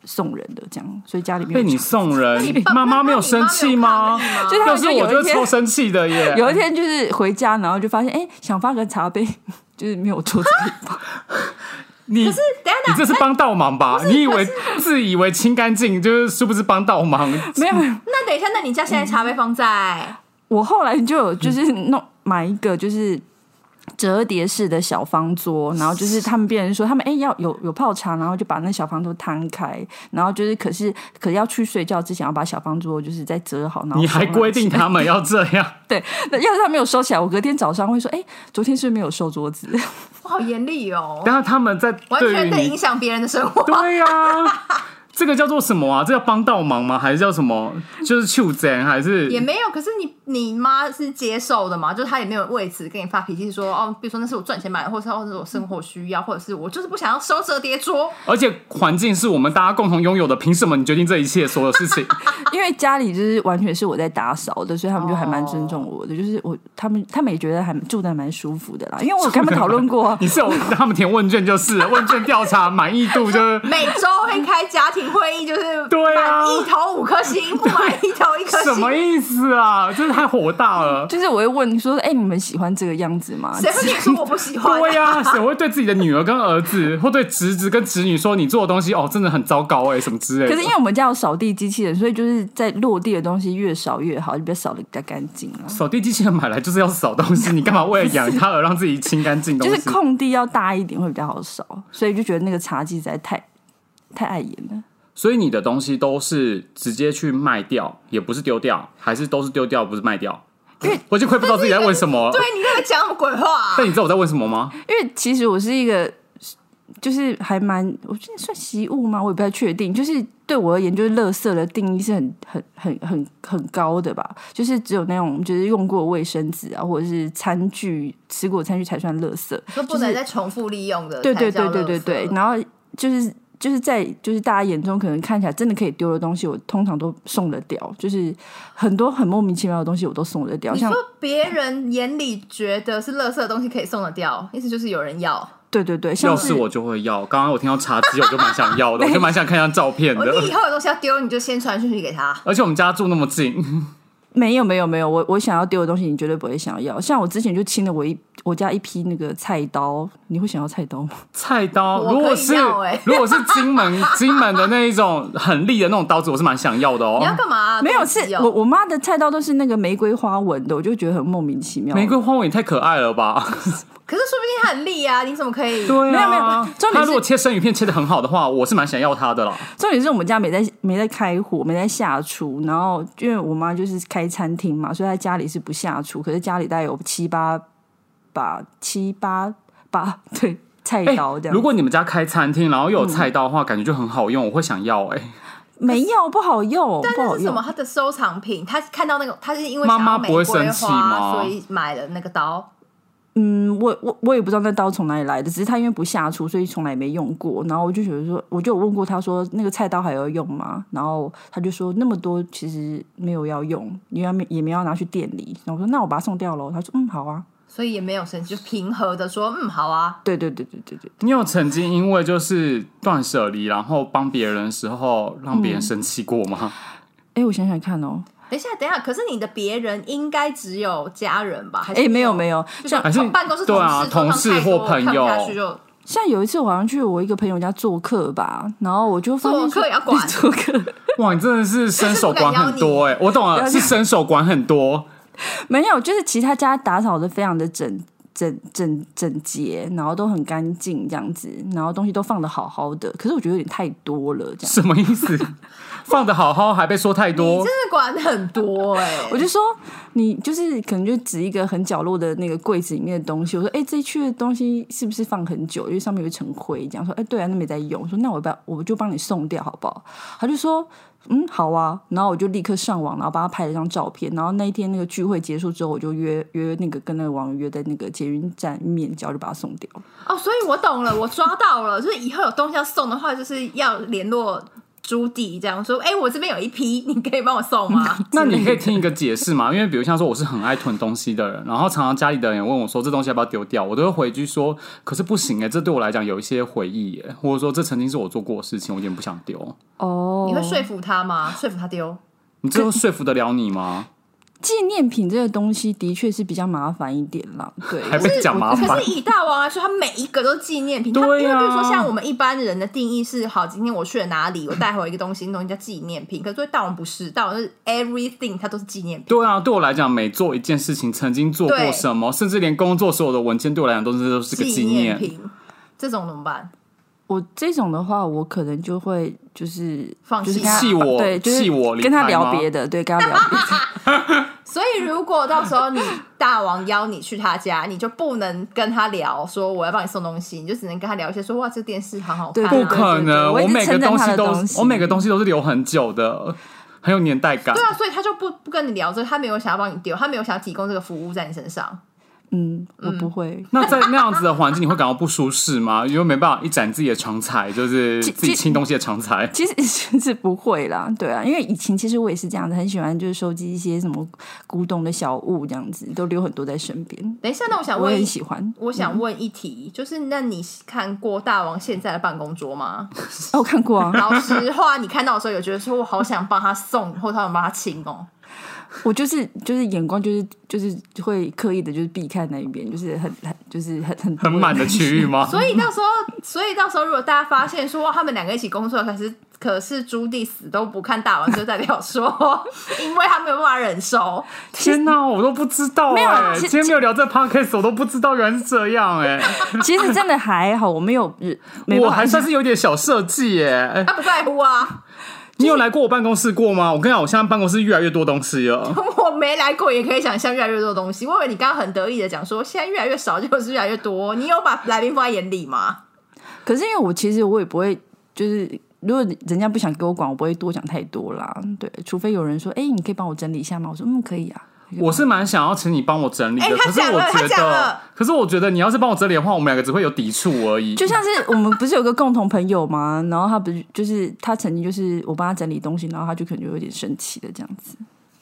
[SPEAKER 4] 送人的这样，所以家里面
[SPEAKER 2] 被你送人，
[SPEAKER 1] 那
[SPEAKER 2] 妈妈没有
[SPEAKER 1] 那你
[SPEAKER 2] 生气
[SPEAKER 1] 妈
[SPEAKER 2] 吗
[SPEAKER 1] 没？有抗议
[SPEAKER 4] 就
[SPEAKER 2] 要
[SPEAKER 4] 他
[SPEAKER 2] 是
[SPEAKER 4] 就
[SPEAKER 2] 我 (laughs)
[SPEAKER 4] 有
[SPEAKER 2] 就
[SPEAKER 4] 一天
[SPEAKER 2] 超生气的耶！
[SPEAKER 4] 有一天就是回家，然后就发现哎、想发个茶杯， (laughs) 就是没有桌子
[SPEAKER 2] (laughs)
[SPEAKER 4] 可以放。
[SPEAKER 2] 你
[SPEAKER 1] 可是等一下
[SPEAKER 2] 你
[SPEAKER 1] 等一
[SPEAKER 2] 这
[SPEAKER 1] 下，
[SPEAKER 2] 是帮倒忙吧？你以为自以为清干净，就是殊不知帮倒忙？
[SPEAKER 4] 没有，没有
[SPEAKER 1] 那等一下，那你家现在茶杯放在？
[SPEAKER 4] 我后来就有就是
[SPEAKER 2] 嗯
[SPEAKER 4] 弄买一个就是。折叠式的小方桌，然后就是他们别人说他们哎、要有有泡茶，然后就把那小方桌摊开，然后就是可是可要去睡觉之前要把小方桌就是再折好，然后
[SPEAKER 2] 你还
[SPEAKER 4] 收纳
[SPEAKER 2] 规定
[SPEAKER 4] 起来
[SPEAKER 2] 他们要这样？ (laughs)
[SPEAKER 4] 对，那要是他没有收起来，我隔天早上会说哎、昨天是不是没有收桌子，
[SPEAKER 1] 我好严厉哦，
[SPEAKER 2] 然后他们在
[SPEAKER 1] 完
[SPEAKER 2] 对
[SPEAKER 1] 全
[SPEAKER 2] 于
[SPEAKER 1] 的影
[SPEAKER 2] 你，
[SPEAKER 1] 响别人的生活。
[SPEAKER 2] (laughs) 对呀、这个叫做什么啊？这叫帮倒忙吗？还是叫什么？就是去整还是
[SPEAKER 1] 也没有，可是你你妈是接受的嘛？就是她也没有为此跟你发脾气说哦，比如说那是我赚钱买的，或者是哦那是我生活需要，或者是我就是不想要收折叠桌。
[SPEAKER 2] 而且环境是我们大家共同拥有的，凭什么你决定这一切所有事
[SPEAKER 4] (laughs)
[SPEAKER 2] 情？
[SPEAKER 4] 因为家里就是完全是我在打扫的，所以他们就还蛮尊重
[SPEAKER 2] 哦
[SPEAKER 4] 我的，就是我他们他们也觉得还住的蛮舒服的啦，因为我跟他们讨论过啊，
[SPEAKER 2] (laughs) 你是有让他们填问卷就是了问卷调查满意度就是
[SPEAKER 1] 每周会开家庭会议，就是
[SPEAKER 2] 对啊
[SPEAKER 1] 满意投五颗星，不满意投一颗
[SPEAKER 2] 什
[SPEAKER 1] 星。
[SPEAKER 2] 么意思啊？真是太火大了。
[SPEAKER 4] 就是我会问你说，哎、你们喜欢这个样子吗？
[SPEAKER 1] 谁会跟你说我不喜欢？啊
[SPEAKER 2] 对呀、谁会对自己的女儿跟儿子，或对侄子跟侄女说你做的东西哦，真的很糟糕哎、什么之类的？
[SPEAKER 4] 可是因为我们家有扫地机器人，所以就是在落地的东西越少越好，就比较扫的比较干净了。
[SPEAKER 2] 扫地机器人买来就是要扫东
[SPEAKER 4] (laughs)
[SPEAKER 2] 西，你干嘛为了养它而让自己清干净东
[SPEAKER 4] 就
[SPEAKER 2] 西？
[SPEAKER 4] 是空地要大一点会比较好扫，所以就觉得那个茶几实在太太碍眼了。
[SPEAKER 2] 所以你的东西都是直接去卖掉，也不是丢掉，还是都是丢掉，不是卖掉？我就快不知道
[SPEAKER 1] 啊
[SPEAKER 2] 自己在问什么
[SPEAKER 1] (laughs)
[SPEAKER 2] 了。
[SPEAKER 1] 对你那个讲什么鬼话、啊
[SPEAKER 2] 但你知道我在问什么吗？
[SPEAKER 4] 因为其实我是一个就是还蛮，我觉得算习物吗？我也不太确定。就是对我而言，就是垃圾的定义是很很很很很高的吧。就是只有那种就是用过卫生纸啊，或者是餐具、吃过餐具才算垃圾。
[SPEAKER 1] 说不能再重复利用的，
[SPEAKER 4] 对对对对对对。然后就是就是在就是大家眼中可能看起来真的可以丢的东西，我通常都送得掉。就是很多很莫名其妙的东西，我都送得掉。
[SPEAKER 1] 你
[SPEAKER 4] 像
[SPEAKER 1] 说别人眼里觉得是垃圾的东西可以送得掉，意思就是有人要。
[SPEAKER 4] 对对对，像
[SPEAKER 2] 要是我就会要。刚刚我听到茶几，我就蛮想要的，我就蛮想看一下照片
[SPEAKER 1] 我你以
[SPEAKER 2] 的。
[SPEAKER 1] 后有东西要丢，你就先传讯息给他。
[SPEAKER 2] 而且我们家住那么近，
[SPEAKER 4] 没有没有没有，我我想要丢的东西，你绝对不会想要。像我之前就清了我一我家一批那个菜刀，你会想要菜刀
[SPEAKER 1] (laughs)
[SPEAKER 4] 吗？
[SPEAKER 2] 菜刀
[SPEAKER 1] 我
[SPEAKER 2] 如
[SPEAKER 1] 可
[SPEAKER 2] 果
[SPEAKER 1] 以
[SPEAKER 2] 是
[SPEAKER 1] 要欸
[SPEAKER 2] 如果是金门
[SPEAKER 1] (laughs)
[SPEAKER 2] 金门的那一种很利的那种刀子，我是蛮想要的哦
[SPEAKER 1] 你。要干嘛？
[SPEAKER 4] 没有，
[SPEAKER 1] 东
[SPEAKER 4] 是
[SPEAKER 1] 西哦
[SPEAKER 4] 我我妈的菜刀都是那个玫瑰花纹的，我就觉得很莫名其妙。
[SPEAKER 2] 玫瑰花纹也太可爱了吧！
[SPEAKER 1] 可是说不定他很利啊，你怎么可以？
[SPEAKER 2] 对
[SPEAKER 4] 没有没有
[SPEAKER 2] 啊，
[SPEAKER 4] 重
[SPEAKER 2] 他
[SPEAKER 4] 点是
[SPEAKER 2] 如果切生鱼片切的很好的话，我是蛮想要他的啦。
[SPEAKER 4] 重点是我们家没在没在开火，没在下厨，然后因为我妈就是开餐厅嘛，所以她家里是不下厨，可是家里大概有七八把七八把 (laughs) 对菜
[SPEAKER 2] 哎
[SPEAKER 4] 刀这样。
[SPEAKER 2] 如果你们家开餐厅，然后又有菜刀的话，感觉就很好用，我会想要哎、
[SPEAKER 4] 没有不好用，不
[SPEAKER 1] 那
[SPEAKER 4] 好
[SPEAKER 1] 是什
[SPEAKER 4] 用
[SPEAKER 1] 么？。他的收藏品，他看到那个，他是因为
[SPEAKER 2] 妈
[SPEAKER 1] 想要
[SPEAKER 2] 妈
[SPEAKER 1] 玫
[SPEAKER 2] 不会
[SPEAKER 1] 瑰
[SPEAKER 2] 生气
[SPEAKER 1] 花，
[SPEAKER 2] 吗
[SPEAKER 1] 所以买了那个刀。
[SPEAKER 4] 嗯，我我我也不知道那刀从哪里来的，只是他因为不下厨，所以从来没用过。然后我就觉得说，我就有问过他说，那个菜刀还要用吗？然后他就说那么多其实没有要用，因为他们也没有要拿去店里。然后我说那我把它送掉喽。他说嗯好啊，
[SPEAKER 1] 所以也没有生气，就平和的说，嗯，好啊，
[SPEAKER 4] 对对对对对对，
[SPEAKER 2] 你有曾经因为就是断舍离，然后帮别人的时候让别人生气过 (laughs) 吗？
[SPEAKER 4] 哎，我想想看哦，
[SPEAKER 1] 等一下，等一下，可是你的别人应该只有家人吧？还是
[SPEAKER 4] 哎没有没有，
[SPEAKER 1] 就是
[SPEAKER 4] 像
[SPEAKER 2] 还是
[SPEAKER 1] 同办公室
[SPEAKER 2] 对啊
[SPEAKER 1] 事、同
[SPEAKER 2] 同事或朋友
[SPEAKER 1] 看不下去就
[SPEAKER 4] 像有一次我好像去我一个朋友家做客吧，然后我就发现
[SPEAKER 1] 做
[SPEAKER 4] 说
[SPEAKER 1] 客也要管
[SPEAKER 4] (laughs) 做客。
[SPEAKER 2] 哇，你真的是伸手管很多哎、我懂了，是伸手管很多。
[SPEAKER 4] 没有，就是其他家打扫的非常的整整整整洁，然后都很干净这样子，然后东西都放的好好的。可是我觉得有点太多了，这样
[SPEAKER 2] 什么意思？ (laughs) 放的好好还被说太
[SPEAKER 1] 你
[SPEAKER 2] 多
[SPEAKER 1] 真，的管很多哎、
[SPEAKER 4] 我就说你就是可能就指一个很角落的那个柜子里面的东西，我说哎、这一区的东西是不是放很久？因为上面有一层灰，这样说哎、对啊，那没在用。我说那我把我就帮你送掉好不好？他就说嗯好啊，然后我就立刻上网，然后帮他拍了张照片。然后那一天那个聚会结束之后，我就约约那个跟那个网友约在那个捷运站面交，就把他送掉了。
[SPEAKER 1] 哦，所以我懂了，我抓到了，就是以后有东西要送的话，就是要联络朱棣这样说，哎、我这边有一批，你可以帮我送
[SPEAKER 4] (laughs)
[SPEAKER 1] 吗？
[SPEAKER 2] 那你可以听一个解释嘛？因为比如像说我是很爱囤东西的人，然后常常家里的人也问我说这东西要不要丢掉，我都会回去说，可是不行哎、这对我来讲有一些回忆耶、或者说这曾经是我做过的事情，我有点不想丢。
[SPEAKER 4] 哦
[SPEAKER 1] 你会说服他吗？说服他丢？
[SPEAKER 2] 你最后说服得了你吗？
[SPEAKER 4] 纪念品这个东西的确是比较麻烦一点啦，对，
[SPEAKER 2] 还被讲麻
[SPEAKER 1] 可
[SPEAKER 2] 烦
[SPEAKER 1] 是？以大王来说，他每一个都是纪念品。他
[SPEAKER 2] 对
[SPEAKER 1] 因为
[SPEAKER 2] 啊
[SPEAKER 1] 比如说像我们一般人的定义是，好，今天我去了哪里，我带回一个东西，那东西叫纪念品。可是对大王不是，大王是 everything，它都是纪念品。
[SPEAKER 2] 对啊，对我来讲，每做一件事情，曾经做过什么，甚至连工作所有的文件，对我来讲都是都是个纪
[SPEAKER 1] 念
[SPEAKER 2] 念。
[SPEAKER 1] 品，这种怎么办？ (laughs)
[SPEAKER 4] 我这种的话，我可能就会就是
[SPEAKER 1] 放弃
[SPEAKER 4] 就是跟他
[SPEAKER 2] 弃我
[SPEAKER 4] 对，就
[SPEAKER 2] 弃
[SPEAKER 4] 是
[SPEAKER 2] 我离
[SPEAKER 4] 跟他
[SPEAKER 2] 开
[SPEAKER 4] 聊
[SPEAKER 2] 吗
[SPEAKER 4] 别的，对，
[SPEAKER 2] (laughs)
[SPEAKER 4] 跟他聊别的。
[SPEAKER 1] 所以如果到时候你大王邀你去他家，你就不能跟他聊说我要帮你送东西，你就只能跟他聊一些说哇，这电视好好看、
[SPEAKER 4] 对
[SPEAKER 1] 啊。
[SPEAKER 2] 不可能，
[SPEAKER 4] 对对对对我一直
[SPEAKER 2] 每个
[SPEAKER 4] 称赞
[SPEAKER 2] 东
[SPEAKER 4] 他
[SPEAKER 2] 西
[SPEAKER 4] 的
[SPEAKER 2] 都
[SPEAKER 4] 东西
[SPEAKER 2] 我每个东西都是留很久的，很有年代感
[SPEAKER 1] 对。啊，所以他就不不跟你聊这个，他没有想要帮你丢，他没有想要提供这个服务在你身上。
[SPEAKER 4] 嗯，我不会。
[SPEAKER 2] 那在那样子的环境，你会感到不舒适吗？因为没办法一展自己的长才，就是
[SPEAKER 4] 其
[SPEAKER 2] 自己
[SPEAKER 4] 其
[SPEAKER 2] 清东西的长才。
[SPEAKER 4] 其实 (laughs) 是不会啦，对啊，因为以前其实我也是这样子，很喜欢就是收集一些什么古董的小物，这样子都留很多在身边，
[SPEAKER 1] 等一下，那我
[SPEAKER 2] 啊
[SPEAKER 1] 想
[SPEAKER 4] 我
[SPEAKER 1] 问
[SPEAKER 4] 也
[SPEAKER 1] 一
[SPEAKER 4] 很喜欢。哦
[SPEAKER 1] 我
[SPEAKER 2] 嗯
[SPEAKER 1] 想问一题，就是那你看过大王现在的办公桌吗？ (laughs)
[SPEAKER 4] 哦，我看
[SPEAKER 2] (laughs)
[SPEAKER 4] 过啊，
[SPEAKER 1] 老实话，你看到的时候有觉得说我好想帮他送，或者想帮他清哦。
[SPEAKER 4] 我就是就是眼光就是就是会刻意的就是避开那一边，就是很很就是很很
[SPEAKER 2] 很满的区域吗？
[SPEAKER 1] 所以到时候，所以到时候如果大家发现说哇，他们两个一起工作，可是可是朱棣死都不看大王，就代表说， (laughs) 因为他没有办法忍受。
[SPEAKER 2] 天哪、我都不知道
[SPEAKER 4] 没有啊
[SPEAKER 2] 哎、
[SPEAKER 4] 其
[SPEAKER 2] 今天没有聊这 podcast，我都不知道原来是这样哎、
[SPEAKER 4] 其实真的还好，我没有，没
[SPEAKER 2] 我
[SPEAKER 4] 办法
[SPEAKER 2] 还算是有点小设计哎耶。
[SPEAKER 1] 他不在乎啊，
[SPEAKER 2] 你有来过我办公室过吗？我跟你讲，我现在办公室越来越多东西了。
[SPEAKER 1] 我没来过也可以想象越来越多东西。我以为你刚刚很得意的讲说，现在越来越少，就是越来越多。你有把来宾放在眼里吗？
[SPEAKER 4] 可是因为我其实我也不会，就是如果人家不想给我管，我不会多讲太多啦。对，除非有人说，哎、你可以帮我整理一下吗？我说，嗯，可以啊。
[SPEAKER 2] 我是蛮想要请你帮我整理的，
[SPEAKER 1] 哎
[SPEAKER 2] 可
[SPEAKER 1] 他
[SPEAKER 2] 是
[SPEAKER 1] 讲
[SPEAKER 2] 我
[SPEAKER 1] 了
[SPEAKER 2] 觉
[SPEAKER 1] 他讲
[SPEAKER 2] 得
[SPEAKER 1] 了，
[SPEAKER 2] 可是我觉得你要是帮我整理的话，我们两个只会有抵触而已。
[SPEAKER 4] 就像是我们不是有个共同朋友吗？然后他不是就是他曾经就是我帮他整理东西，然后他就可能就有点生气的这样子。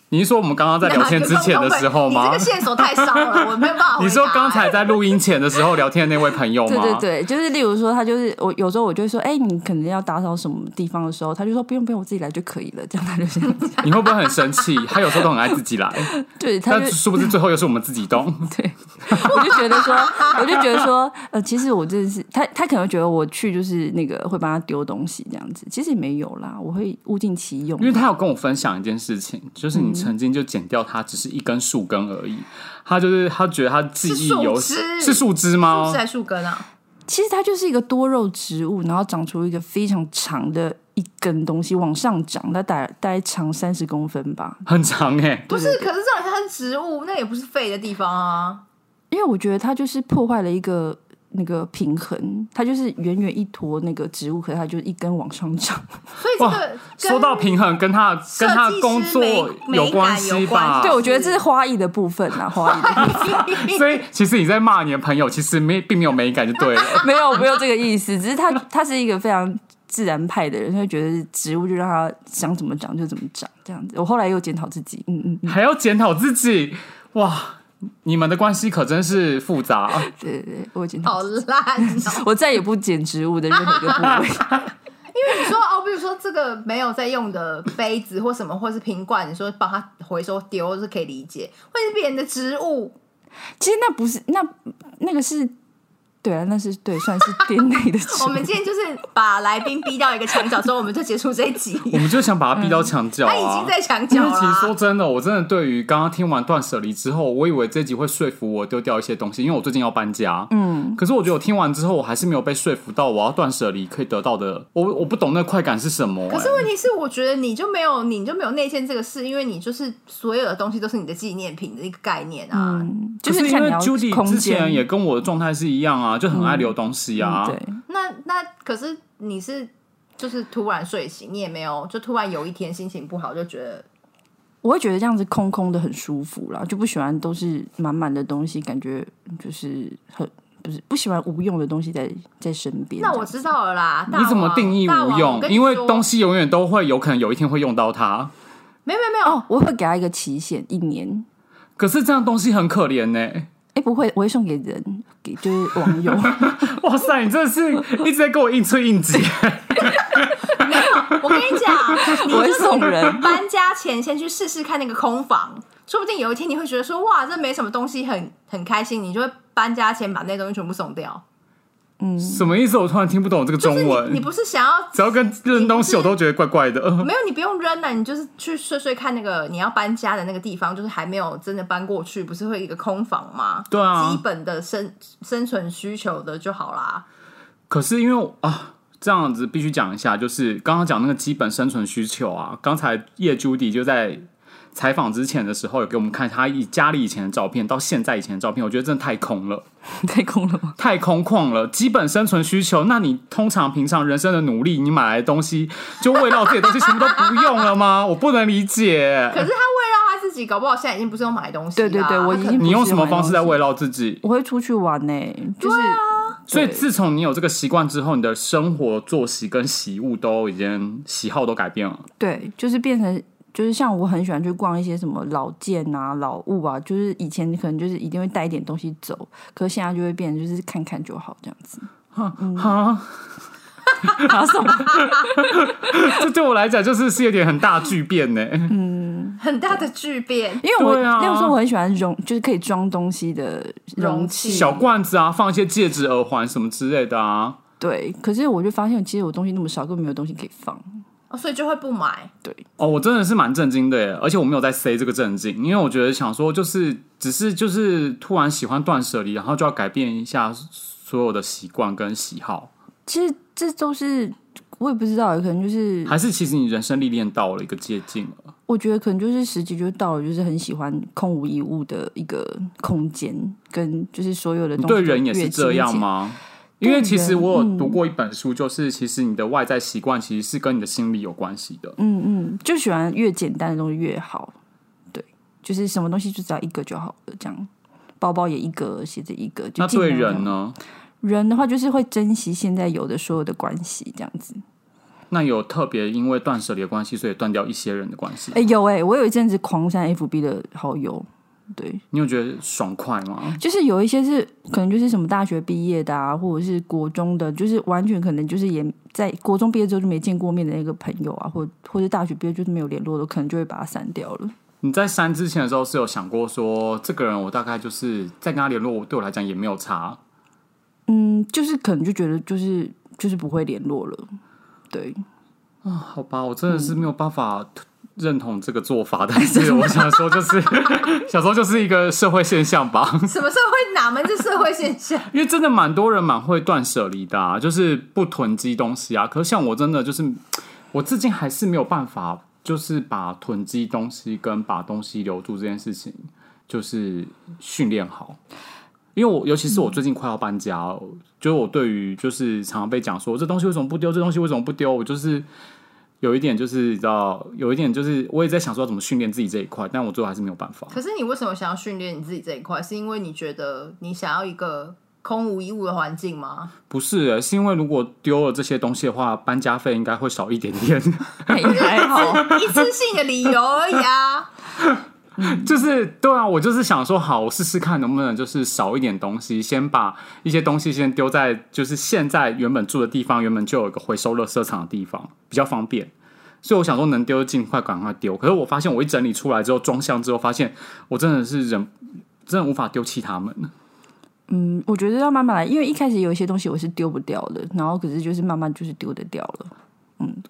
[SPEAKER 2] 你是说我们刚刚在聊天之前的时候吗
[SPEAKER 1] (laughs) 哦你这个？线索太少了，我没有办法回答。
[SPEAKER 2] (laughs) 你说刚才在录音前的时候聊天的那位朋友
[SPEAKER 1] (laughs)
[SPEAKER 4] 对
[SPEAKER 2] 吗？
[SPEAKER 4] 对对，就是例如说他就是我有时候我就会说，哎、你可能要打扫什么地方的时候，他就说不用不用，我自己来就可以了，这样他就这样子。
[SPEAKER 2] 你会不会很生气？他有时候都很爱自己来，
[SPEAKER 4] 对，他就
[SPEAKER 2] 但殊不知最后又是我们自己动。
[SPEAKER 4] (laughs) 对，我就觉得说，我就觉得说，呃，其实我真的是他，他可能觉得我去就是那个会帮他丢东西这样子，其实也没有啦，我会物尽其用
[SPEAKER 2] 因。为他有跟我分享一件事情，就是
[SPEAKER 1] 嗯
[SPEAKER 2] 你曾经就剪掉它只是一根树根而已，他就是他觉得他记忆有
[SPEAKER 1] 是树枝
[SPEAKER 2] 是树枝
[SPEAKER 1] 树
[SPEAKER 2] 吗
[SPEAKER 1] 枝？还树根啊？
[SPEAKER 4] 其实它就是一个多肉植物，然后长出一个非常长的一根东西往上长，它大大概长三十公分吧。
[SPEAKER 2] 很长哎、
[SPEAKER 1] 不是，可是这种它是植物，那也不是废的地方啊。
[SPEAKER 4] 因为我觉得它就是破坏了一个那个平衡，它就是远远一坨那个植物，可是它就是一根往上长。 (laughs)
[SPEAKER 1] 所以这个跟 (laughs)
[SPEAKER 2] 说到平衡，跟他跟他
[SPEAKER 1] 设计师
[SPEAKER 2] 工作
[SPEAKER 1] 美
[SPEAKER 2] 有关
[SPEAKER 1] 美感
[SPEAKER 2] 系
[SPEAKER 1] 有关
[SPEAKER 2] 吧？
[SPEAKER 1] 系
[SPEAKER 4] 对，我觉得这是花艺的部分啊，花艺的部分
[SPEAKER 2] 所以其实你在骂你的朋友，其实没并没有美感就 (laughs) 对了。
[SPEAKER 4] (laughs) 没有没有这个意思，只是他他是一个非常自然派的人，他就觉得植物就让它想怎么长就怎么长这样子。我后来又检讨自己，嗯嗯，嗯
[SPEAKER 2] 还要检讨自己，哇！你们的关系可真是复杂，啊
[SPEAKER 4] 对对对，我有检讨自己。
[SPEAKER 1] (laughs) 好烂哦、
[SPEAKER 4] 我再也不剪植物的任何一个
[SPEAKER 2] (laughs)
[SPEAKER 4] 部位。
[SPEAKER 1] 你说哦，比如说这个没有在用的杯子或什么，或是瓶罐，你说帮他回收丢是可以理解，或者是别人的植物，
[SPEAKER 4] 其实那不是那那个是，对啊，那是对，算是店内的植
[SPEAKER 1] 我
[SPEAKER 2] (laughs)
[SPEAKER 4] 物。
[SPEAKER 1] 们今天就是把来宾逼到一个墙角之后，我们就结束这一
[SPEAKER 2] (laughs)
[SPEAKER 1] 集。
[SPEAKER 2] 我们就想把他逼到墙角
[SPEAKER 1] 他已
[SPEAKER 2] 啊
[SPEAKER 1] 经。在墙
[SPEAKER 2] 因
[SPEAKER 1] 角
[SPEAKER 2] 为其实说
[SPEAKER 1] 了。
[SPEAKER 2] 真的，我真的对于刚刚听完断舍离之后，我以为这集会说服我丢掉一些东西，因为我最近要搬家。嗯，可是我觉得我听完之后，我还是没有被说服到我要断舍离可以得到的，我我不懂那快感是什么、欸。
[SPEAKER 1] 可是问题是，我觉得你就没有，你就没有内建这个事，因为你就是所有的东西都是你的纪念品的一个概念啊。
[SPEAKER 4] 嗯，就
[SPEAKER 2] 可是因
[SPEAKER 4] 看你
[SPEAKER 2] 为
[SPEAKER 4] 要
[SPEAKER 2] Judy
[SPEAKER 4] 空
[SPEAKER 2] 之前
[SPEAKER 4] 间
[SPEAKER 2] 也跟我的状态是一样啊，就很爱留东西啊。
[SPEAKER 4] 嗯对。
[SPEAKER 1] 那那可是你是就是突然睡醒，你也没有就突然有一天心情不好，就觉得
[SPEAKER 4] 我会觉得这样子空空的很舒服啦，就不喜欢都是满满的东西，感觉就是很不是不喜欢无用的东西在在身边。
[SPEAKER 1] 那我知道了啦。大
[SPEAKER 2] 你怎么
[SPEAKER 1] 王啊
[SPEAKER 2] 定义
[SPEAKER 1] 大
[SPEAKER 2] 无
[SPEAKER 1] 王我
[SPEAKER 2] 用？
[SPEAKER 1] 跟你
[SPEAKER 2] 因为
[SPEAKER 1] 说
[SPEAKER 2] 东西永远都会有可能有一天会用到它。
[SPEAKER 1] 没有没有没
[SPEAKER 4] 这
[SPEAKER 1] 有
[SPEAKER 4] 样哦，我会给他一个期限，一年。
[SPEAKER 2] 可是这样东西很可怜呢、
[SPEAKER 4] 哎，不会，我会送给人，给就是网友。
[SPEAKER 2] 哇塞，你真的是一直在跟我硬吹硬挤。
[SPEAKER 1] 我跟你
[SPEAKER 2] (laughs)
[SPEAKER 1] 讲，你
[SPEAKER 4] 我会
[SPEAKER 1] 就是
[SPEAKER 4] 送人
[SPEAKER 1] 搬家前先去试试看那个空房，说不定有一天你会觉得说哇，这没什么东西很，很开心，你就会搬家前把那东西全部送掉。
[SPEAKER 4] 嗯
[SPEAKER 2] 什么意思？我突然听不懂这个
[SPEAKER 1] 就是
[SPEAKER 2] 中
[SPEAKER 1] 你
[SPEAKER 2] 文。
[SPEAKER 1] 你不是想要
[SPEAKER 2] 只要跟扔东西，我都觉得怪怪的。 (laughs)
[SPEAKER 1] 没有，你不用扔了、啊你就是去睡睡看那个你要搬家的那个地方，就是还没有真的搬过去，不是会有一个空房吗？
[SPEAKER 2] 对啊
[SPEAKER 1] 基本的生生存需求的就好啦。
[SPEAKER 2] 可是因为我啊，这样子必须讲一下，就是刚刚讲那个基本生存需求啊。刚才叶朱迪就在采访之前的时候，有给我们看他以家里以前的照片到现在以前的照片，我觉得真的太空了。
[SPEAKER 4] 太空了吗？
[SPEAKER 2] 太空旷了，基本生存需求。那你通常平常人生的努力，你买来的东西，就为了这些东西全部都不用了吗？ (laughs) 我不能理
[SPEAKER 1] 可
[SPEAKER 2] 解，
[SPEAKER 1] 是他为了他自己，搞不好现在已经不是用买东西啦
[SPEAKER 4] 对对对我已
[SPEAKER 1] 他可
[SPEAKER 4] 经
[SPEAKER 1] 能
[SPEAKER 2] 你用什么方式在慰劳自己？
[SPEAKER 4] 我会出去玩呢、就是
[SPEAKER 2] 所以自从你有这个习惯之后，你的生活作息跟习物都已经喜好都改变了。
[SPEAKER 4] 对，就是变成就是像我很喜欢去逛一些什么老店啊、老物啊，就是以前可能就是一定会带一点东西走，可是现在就会变成就是看看就好这样子。
[SPEAKER 2] 哈，
[SPEAKER 4] 然后什么？
[SPEAKER 2] 啊 (laughs) 这对我来讲就是是有点很大巨变呢、
[SPEAKER 4] 嗯
[SPEAKER 1] 很大的巨变。
[SPEAKER 4] 因为我
[SPEAKER 2] 对啊
[SPEAKER 4] 那个时候我很喜欢容，就是可以装东西的容
[SPEAKER 1] 容
[SPEAKER 4] 器。
[SPEAKER 1] 器
[SPEAKER 2] 小罐子啊，放一些戒指、耳环什么之类的啊。
[SPEAKER 4] 对，可是我就发现其实我东西那么少，根本没有东西可以放。
[SPEAKER 1] 哦，所以就会不买。 (laughs)
[SPEAKER 2] 哦，我真的是蛮震惊的耶，而且我没有在 say 这个震惊，因为我觉得想说，就是只是就是突然喜欢断舍离，然后就要改变一下所有的习惯跟喜好，
[SPEAKER 4] 其实这都是我也不知道，可能就是
[SPEAKER 2] 还是其实你人生历练到了一个啊接近了。
[SPEAKER 4] 我觉得可能就是时机就到了，就是很喜欢空无一物的一个空间，跟就是所有的东
[SPEAKER 2] 你
[SPEAKER 4] 西
[SPEAKER 2] 对人
[SPEAKER 4] 都
[SPEAKER 2] 也
[SPEAKER 4] 越
[SPEAKER 2] 是这
[SPEAKER 4] 精
[SPEAKER 2] 样
[SPEAKER 4] 简？
[SPEAKER 2] 吗？因为其实我
[SPEAKER 4] 嗯
[SPEAKER 2] 有读过一本书，就是其实你的外在习惯其实是跟你的心理有关系的。
[SPEAKER 4] 嗯嗯，就喜欢越简单的东西越好。对，就是什么东西就只要一个就好了，这样包包也一个，鞋子一个。就
[SPEAKER 2] 那对
[SPEAKER 4] 尽量这
[SPEAKER 2] 人
[SPEAKER 4] 样？
[SPEAKER 2] 呢？
[SPEAKER 4] 人的话就是会珍惜现在有的所有的关系，这样子。
[SPEAKER 2] 那有特别因为断舍离的关系，所以断掉一些人的关系，
[SPEAKER 4] 哎、有哎、我有一阵子狂删 FB 的好友，对，
[SPEAKER 2] 你有觉得爽快吗？
[SPEAKER 4] 就是有一些是可能就是什么大学毕业的啊，或者是国中的，就是完全可能就是也在国中毕业之后就没见过面的那个朋友啊，或或者大学毕业就是没有联络的，可能就会把它删掉了。
[SPEAKER 2] 你在删之前的时候是有想过说，这个人我大概就是再跟他联络，我对我来讲也没有差。
[SPEAKER 4] 嗯，就是可能就觉得就是就是不会联络了，对，
[SPEAKER 2] 好吧，我真的是没有办法认同这个做法，但是我想说，就是 (laughs) 想说就是一个社会现象吧。
[SPEAKER 1] 什么社会哪门子社会现象？ (laughs)
[SPEAKER 2] (laughs) 因为真的蛮多人蛮会断舍离的、啊，就是不囤积东西啊。可是像我真的就是，我至今还是没有办法，就是把囤积东西跟把东西留住这件事情，就是训练好。因为我尤其是我最近快要搬家了，就是我对于就是常常被讲说这东西为什么不丢，这东西为什么不丢，我就是有一点就是你知道，有一点就是我也在想说要怎么训练自己这一块，但我最后还是没有办法。
[SPEAKER 1] 可是你为什么想要训练你自己这一块？是因为你觉得你想要一个空无一物的环境吗？
[SPEAKER 2] 不是、欸，是因为如果丢了这些东西的话，搬家费应该会少一点点。 (laughs)
[SPEAKER 4] 也还好。
[SPEAKER 1] (laughs) 一次性的理由而已
[SPEAKER 4] (laughs)
[SPEAKER 1] 啊。
[SPEAKER 2] 就是对啊，我就是想说，好，我试试看能不能就是少一点东西，先把一些东西先丢在就是现在原本住的地方，原本就有一个回收垃圾场的地方，比较方便。所以我想说，能丢尽快赶快丢。可是我发现，我一整理出来之后，装箱之后，发现我真的是忍，真的无法丢弃它们。
[SPEAKER 4] 嗯，我觉得要慢慢来，因为一开始有一些东西我是丢不掉的，然后可是就是慢慢就是丢得掉了。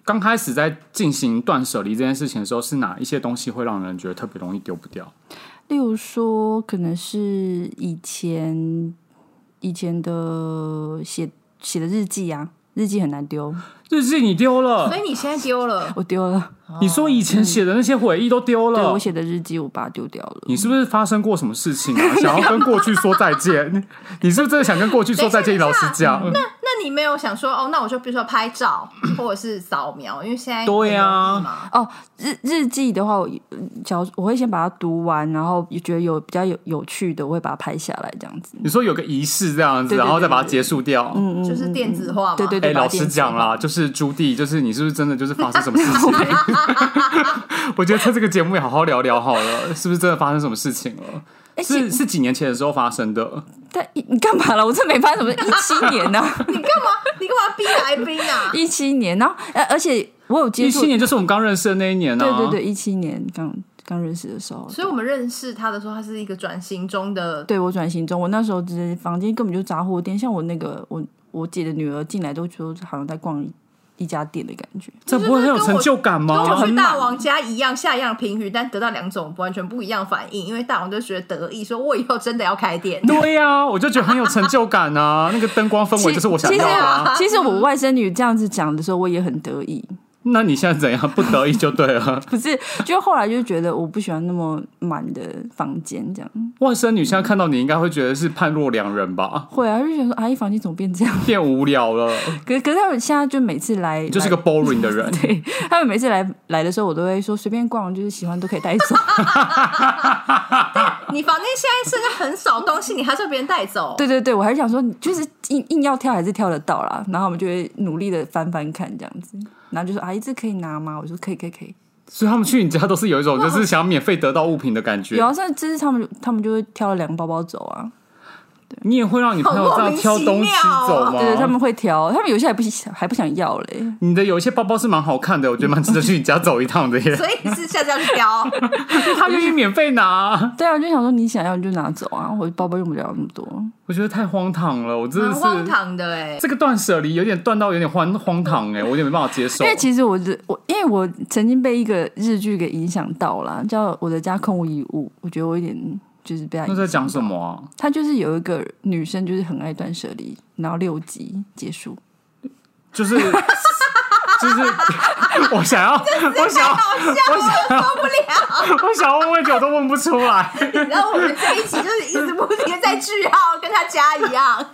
[SPEAKER 2] 刚开始在进行断舍离这件事情的时候，是哪一些东西会让人觉得特别容易丢不掉？
[SPEAKER 4] 例如说，可能是以前以前的写写的日记啊，日记很难丢，
[SPEAKER 2] 日记你丢了
[SPEAKER 1] 所，以你现在丢了，
[SPEAKER 4] 我丢了。
[SPEAKER 2] 你说以前写的那些回忆都丢
[SPEAKER 4] 哦嗯对
[SPEAKER 2] 了，
[SPEAKER 4] 我写的日记，我把它丢掉了。
[SPEAKER 2] 你是不是发生过什么事情
[SPEAKER 4] (laughs)
[SPEAKER 2] 啊？想要跟过去说再见？ (laughs) 你是不是真的想跟过去说再见？
[SPEAKER 1] 等
[SPEAKER 2] 老
[SPEAKER 1] 一
[SPEAKER 2] 师
[SPEAKER 1] 下
[SPEAKER 2] 讲，
[SPEAKER 4] 嗯
[SPEAKER 1] 那你没有想说哦？那我就比如说拍照或者是扫描，因为现在
[SPEAKER 2] 对
[SPEAKER 1] 很
[SPEAKER 2] 啊
[SPEAKER 1] 容易嘛
[SPEAKER 4] 哦，日日记的话，我嗯假如我会先把它读完，然后也觉得有比较有有趣的，我会把它拍下来，这样子。
[SPEAKER 2] 你说有个仪式这样子，
[SPEAKER 4] 对对
[SPEAKER 2] 然后再把它
[SPEAKER 4] 对
[SPEAKER 2] 结束掉。嗯，
[SPEAKER 1] 就是电子化嘛。
[SPEAKER 4] 对对
[SPEAKER 2] 哎，
[SPEAKER 4] 对，把它
[SPEAKER 2] 老师
[SPEAKER 4] 电子
[SPEAKER 2] 讲
[SPEAKER 4] 化
[SPEAKER 2] 啦，就是朱棣，就是你是不是真的就是发生什么
[SPEAKER 4] (laughs)
[SPEAKER 2] 事情？ (laughs) 我觉得在这个节目也好好聊聊好了，是不是真的发生什么事情了？是是几年前的时候发生的，
[SPEAKER 4] 哎但你你干嘛了？我这没发生什么，
[SPEAKER 2] (laughs)
[SPEAKER 4] 一七年呢、
[SPEAKER 1] 你干嘛？你干嘛逼来宾啊？
[SPEAKER 2] (laughs)
[SPEAKER 4] 一七年，然后呃，而且我有接
[SPEAKER 2] 一
[SPEAKER 4] 触，
[SPEAKER 2] 七年就是我们刚认识的那一年啊。
[SPEAKER 4] 对对对，一七年刚刚认识的时候，
[SPEAKER 1] 所以我们认识他的时候，他是一个转型中的。
[SPEAKER 4] 对我转型中，我那时候只是房间根本就杂货店，像我那个我我姐的女儿进来都觉得好像在逛一家店的感觉。
[SPEAKER 2] 这不会很有成就感
[SPEAKER 1] 跟
[SPEAKER 2] 吗？
[SPEAKER 1] 我去大王家一样，下一样评语，但得到两种完全不一样的反应。因为大王就觉得得意，说我以后真的要开店。
[SPEAKER 2] (laughs) 对呀、我就觉得很有成就感啊！ (laughs) 那个灯光氛围就是我想要的、啊。
[SPEAKER 4] 其实我外甥女这样子讲的时候，我也很得意，
[SPEAKER 2] 那你现在怎样？不得已就对了。
[SPEAKER 4] 不是？就后来就觉得我不喜欢那么满的房间，这样
[SPEAKER 2] 外甥女现在看到你，应该会觉得是判若两人
[SPEAKER 4] (laughs)
[SPEAKER 2] 吧，
[SPEAKER 4] 会啊，就觉得说阿姨房间怎么变这样？ (laughs)
[SPEAKER 2] 变无聊了，
[SPEAKER 4] 可可是他们现在就每次来，
[SPEAKER 2] 你就是个 boring 的人。
[SPEAKER 4] (laughs) 对他们每次来来的时候，我都会说随便逛，就是喜欢都可以带走。 (laughs)
[SPEAKER 2] 啊
[SPEAKER 1] 你房间现在剩下很少东西，你还是要别人带走？
[SPEAKER 4] 对对对，我还是想说，你就是硬硬要挑还是挑得到啦。然后我们就会努力的翻翻看这样子，然后就说阿姨这可以拿吗？我说可以可以可以。
[SPEAKER 2] 所以他们去你家都是有一种就是想免费得到物品的感觉
[SPEAKER 4] 有。啊，甚至他们他们就会挑了两个包包走啊，
[SPEAKER 2] 你也会让你朋友这样挑东西走
[SPEAKER 1] 好莫
[SPEAKER 2] 吗？
[SPEAKER 1] 名
[SPEAKER 4] 啊对对，他们会挑，他们有些还不想还不想要嘞。
[SPEAKER 2] 你的有一些包包是蛮好看的，我觉得蛮值得去你家走一趟的
[SPEAKER 4] (laughs)
[SPEAKER 2] 耶。
[SPEAKER 1] 所以是下次要去挑。
[SPEAKER 2] 他愿意免费拿，
[SPEAKER 4] 对啊，我就想说你想要你就拿走啊，我包包用不了那么多。
[SPEAKER 2] 我觉得太荒唐了，我真的
[SPEAKER 1] 蛮
[SPEAKER 4] 啊
[SPEAKER 2] 是
[SPEAKER 1] 荒唐的哎、
[SPEAKER 2] 这个断舍离有点断到有点荒荒唐哎，我有点没办法接受
[SPEAKER 4] 因。为其实我的我，因为我曾经被一个日剧给影响到了，叫《我的家空无一物》，我觉得我有点就是被他
[SPEAKER 2] 那
[SPEAKER 4] 影
[SPEAKER 2] 在
[SPEAKER 4] 响。
[SPEAKER 2] 讲什么啊？
[SPEAKER 4] 他就是有一个女生，就是很爱断舍离，然后六集结束。
[SPEAKER 2] 就是就是，我想要，
[SPEAKER 1] (laughs) 哎
[SPEAKER 2] 我想要，
[SPEAKER 1] 好笑，我受不了。
[SPEAKER 2] 我想要问问题，我都问不出来。
[SPEAKER 1] 然后我们这一集就是一直不停的在句号，跟他家一样。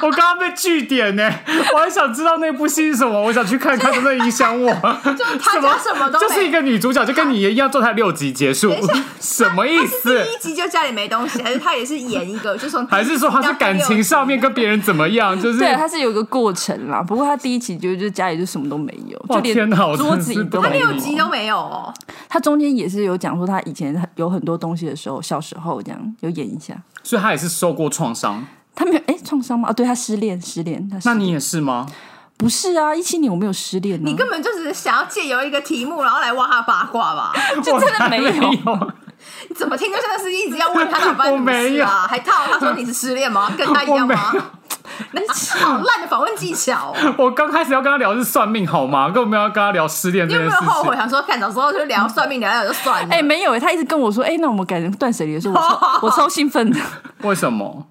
[SPEAKER 2] 我刚刚被据点呢、我还想知道那部戏是什么，我想去看看能不能影响我。
[SPEAKER 1] 就是他家什么都
[SPEAKER 2] 就是一
[SPEAKER 1] 没。
[SPEAKER 2] 个女主角就跟你一样，做才六集结束
[SPEAKER 1] 一下，
[SPEAKER 2] 什么意思
[SPEAKER 1] 第？一集就家里没东西，还是他也是演一个，
[SPEAKER 2] (laughs)
[SPEAKER 1] 就从第一
[SPEAKER 2] 还是说她是感情上面跟别人怎么样？就是
[SPEAKER 4] 对，它是有一个过程啦。不过他第一集就就家里就什么都没有，
[SPEAKER 2] 哇
[SPEAKER 4] 就连
[SPEAKER 2] 天哪我真
[SPEAKER 4] 桌
[SPEAKER 2] 的
[SPEAKER 4] 子
[SPEAKER 2] 是
[SPEAKER 4] 椅都
[SPEAKER 2] 不
[SPEAKER 1] 集到
[SPEAKER 4] 没
[SPEAKER 1] 第
[SPEAKER 4] 有
[SPEAKER 1] 六。集都没有哦。
[SPEAKER 4] 他中间也是有讲说他以前有很多东西的时候，小时候这样有演一下。
[SPEAKER 2] 所以她也是受过创伤。
[SPEAKER 4] 他没有哎创伤吗？哦，对他失恋，失恋。他失
[SPEAKER 2] 那你也是吗？
[SPEAKER 4] 不是啊？一七年我没有失恋、啊，
[SPEAKER 1] 你根本就只是想要借由一个题目，然后来挖他八卦
[SPEAKER 2] (laughs)
[SPEAKER 1] 吧？
[SPEAKER 4] 就真的没
[SPEAKER 2] 我还
[SPEAKER 4] 有。
[SPEAKER 2] 有，
[SPEAKER 1] 你怎么听就像是一直要问他哪班
[SPEAKER 2] 我没有
[SPEAKER 1] 啊？还套他说你是失恋
[SPEAKER 2] (laughs)
[SPEAKER 1] 吗？跟他一样吗？ (laughs) 好烂的访问技巧、哦！
[SPEAKER 2] 我刚开始要跟她聊的是算命好吗？根本没有要跟她聊失恋
[SPEAKER 1] 你
[SPEAKER 2] 这
[SPEAKER 1] 有没
[SPEAKER 2] 件
[SPEAKER 1] 有
[SPEAKER 2] 事
[SPEAKER 1] 后悔？
[SPEAKER 2] 情。
[SPEAKER 1] 想说看早知道就聊算命聊聊就算了。
[SPEAKER 4] 哎、没有哎、他一直跟我说，哎、那我们改成断舍离的时候，我超我超兴奋的。
[SPEAKER 2] 为什么？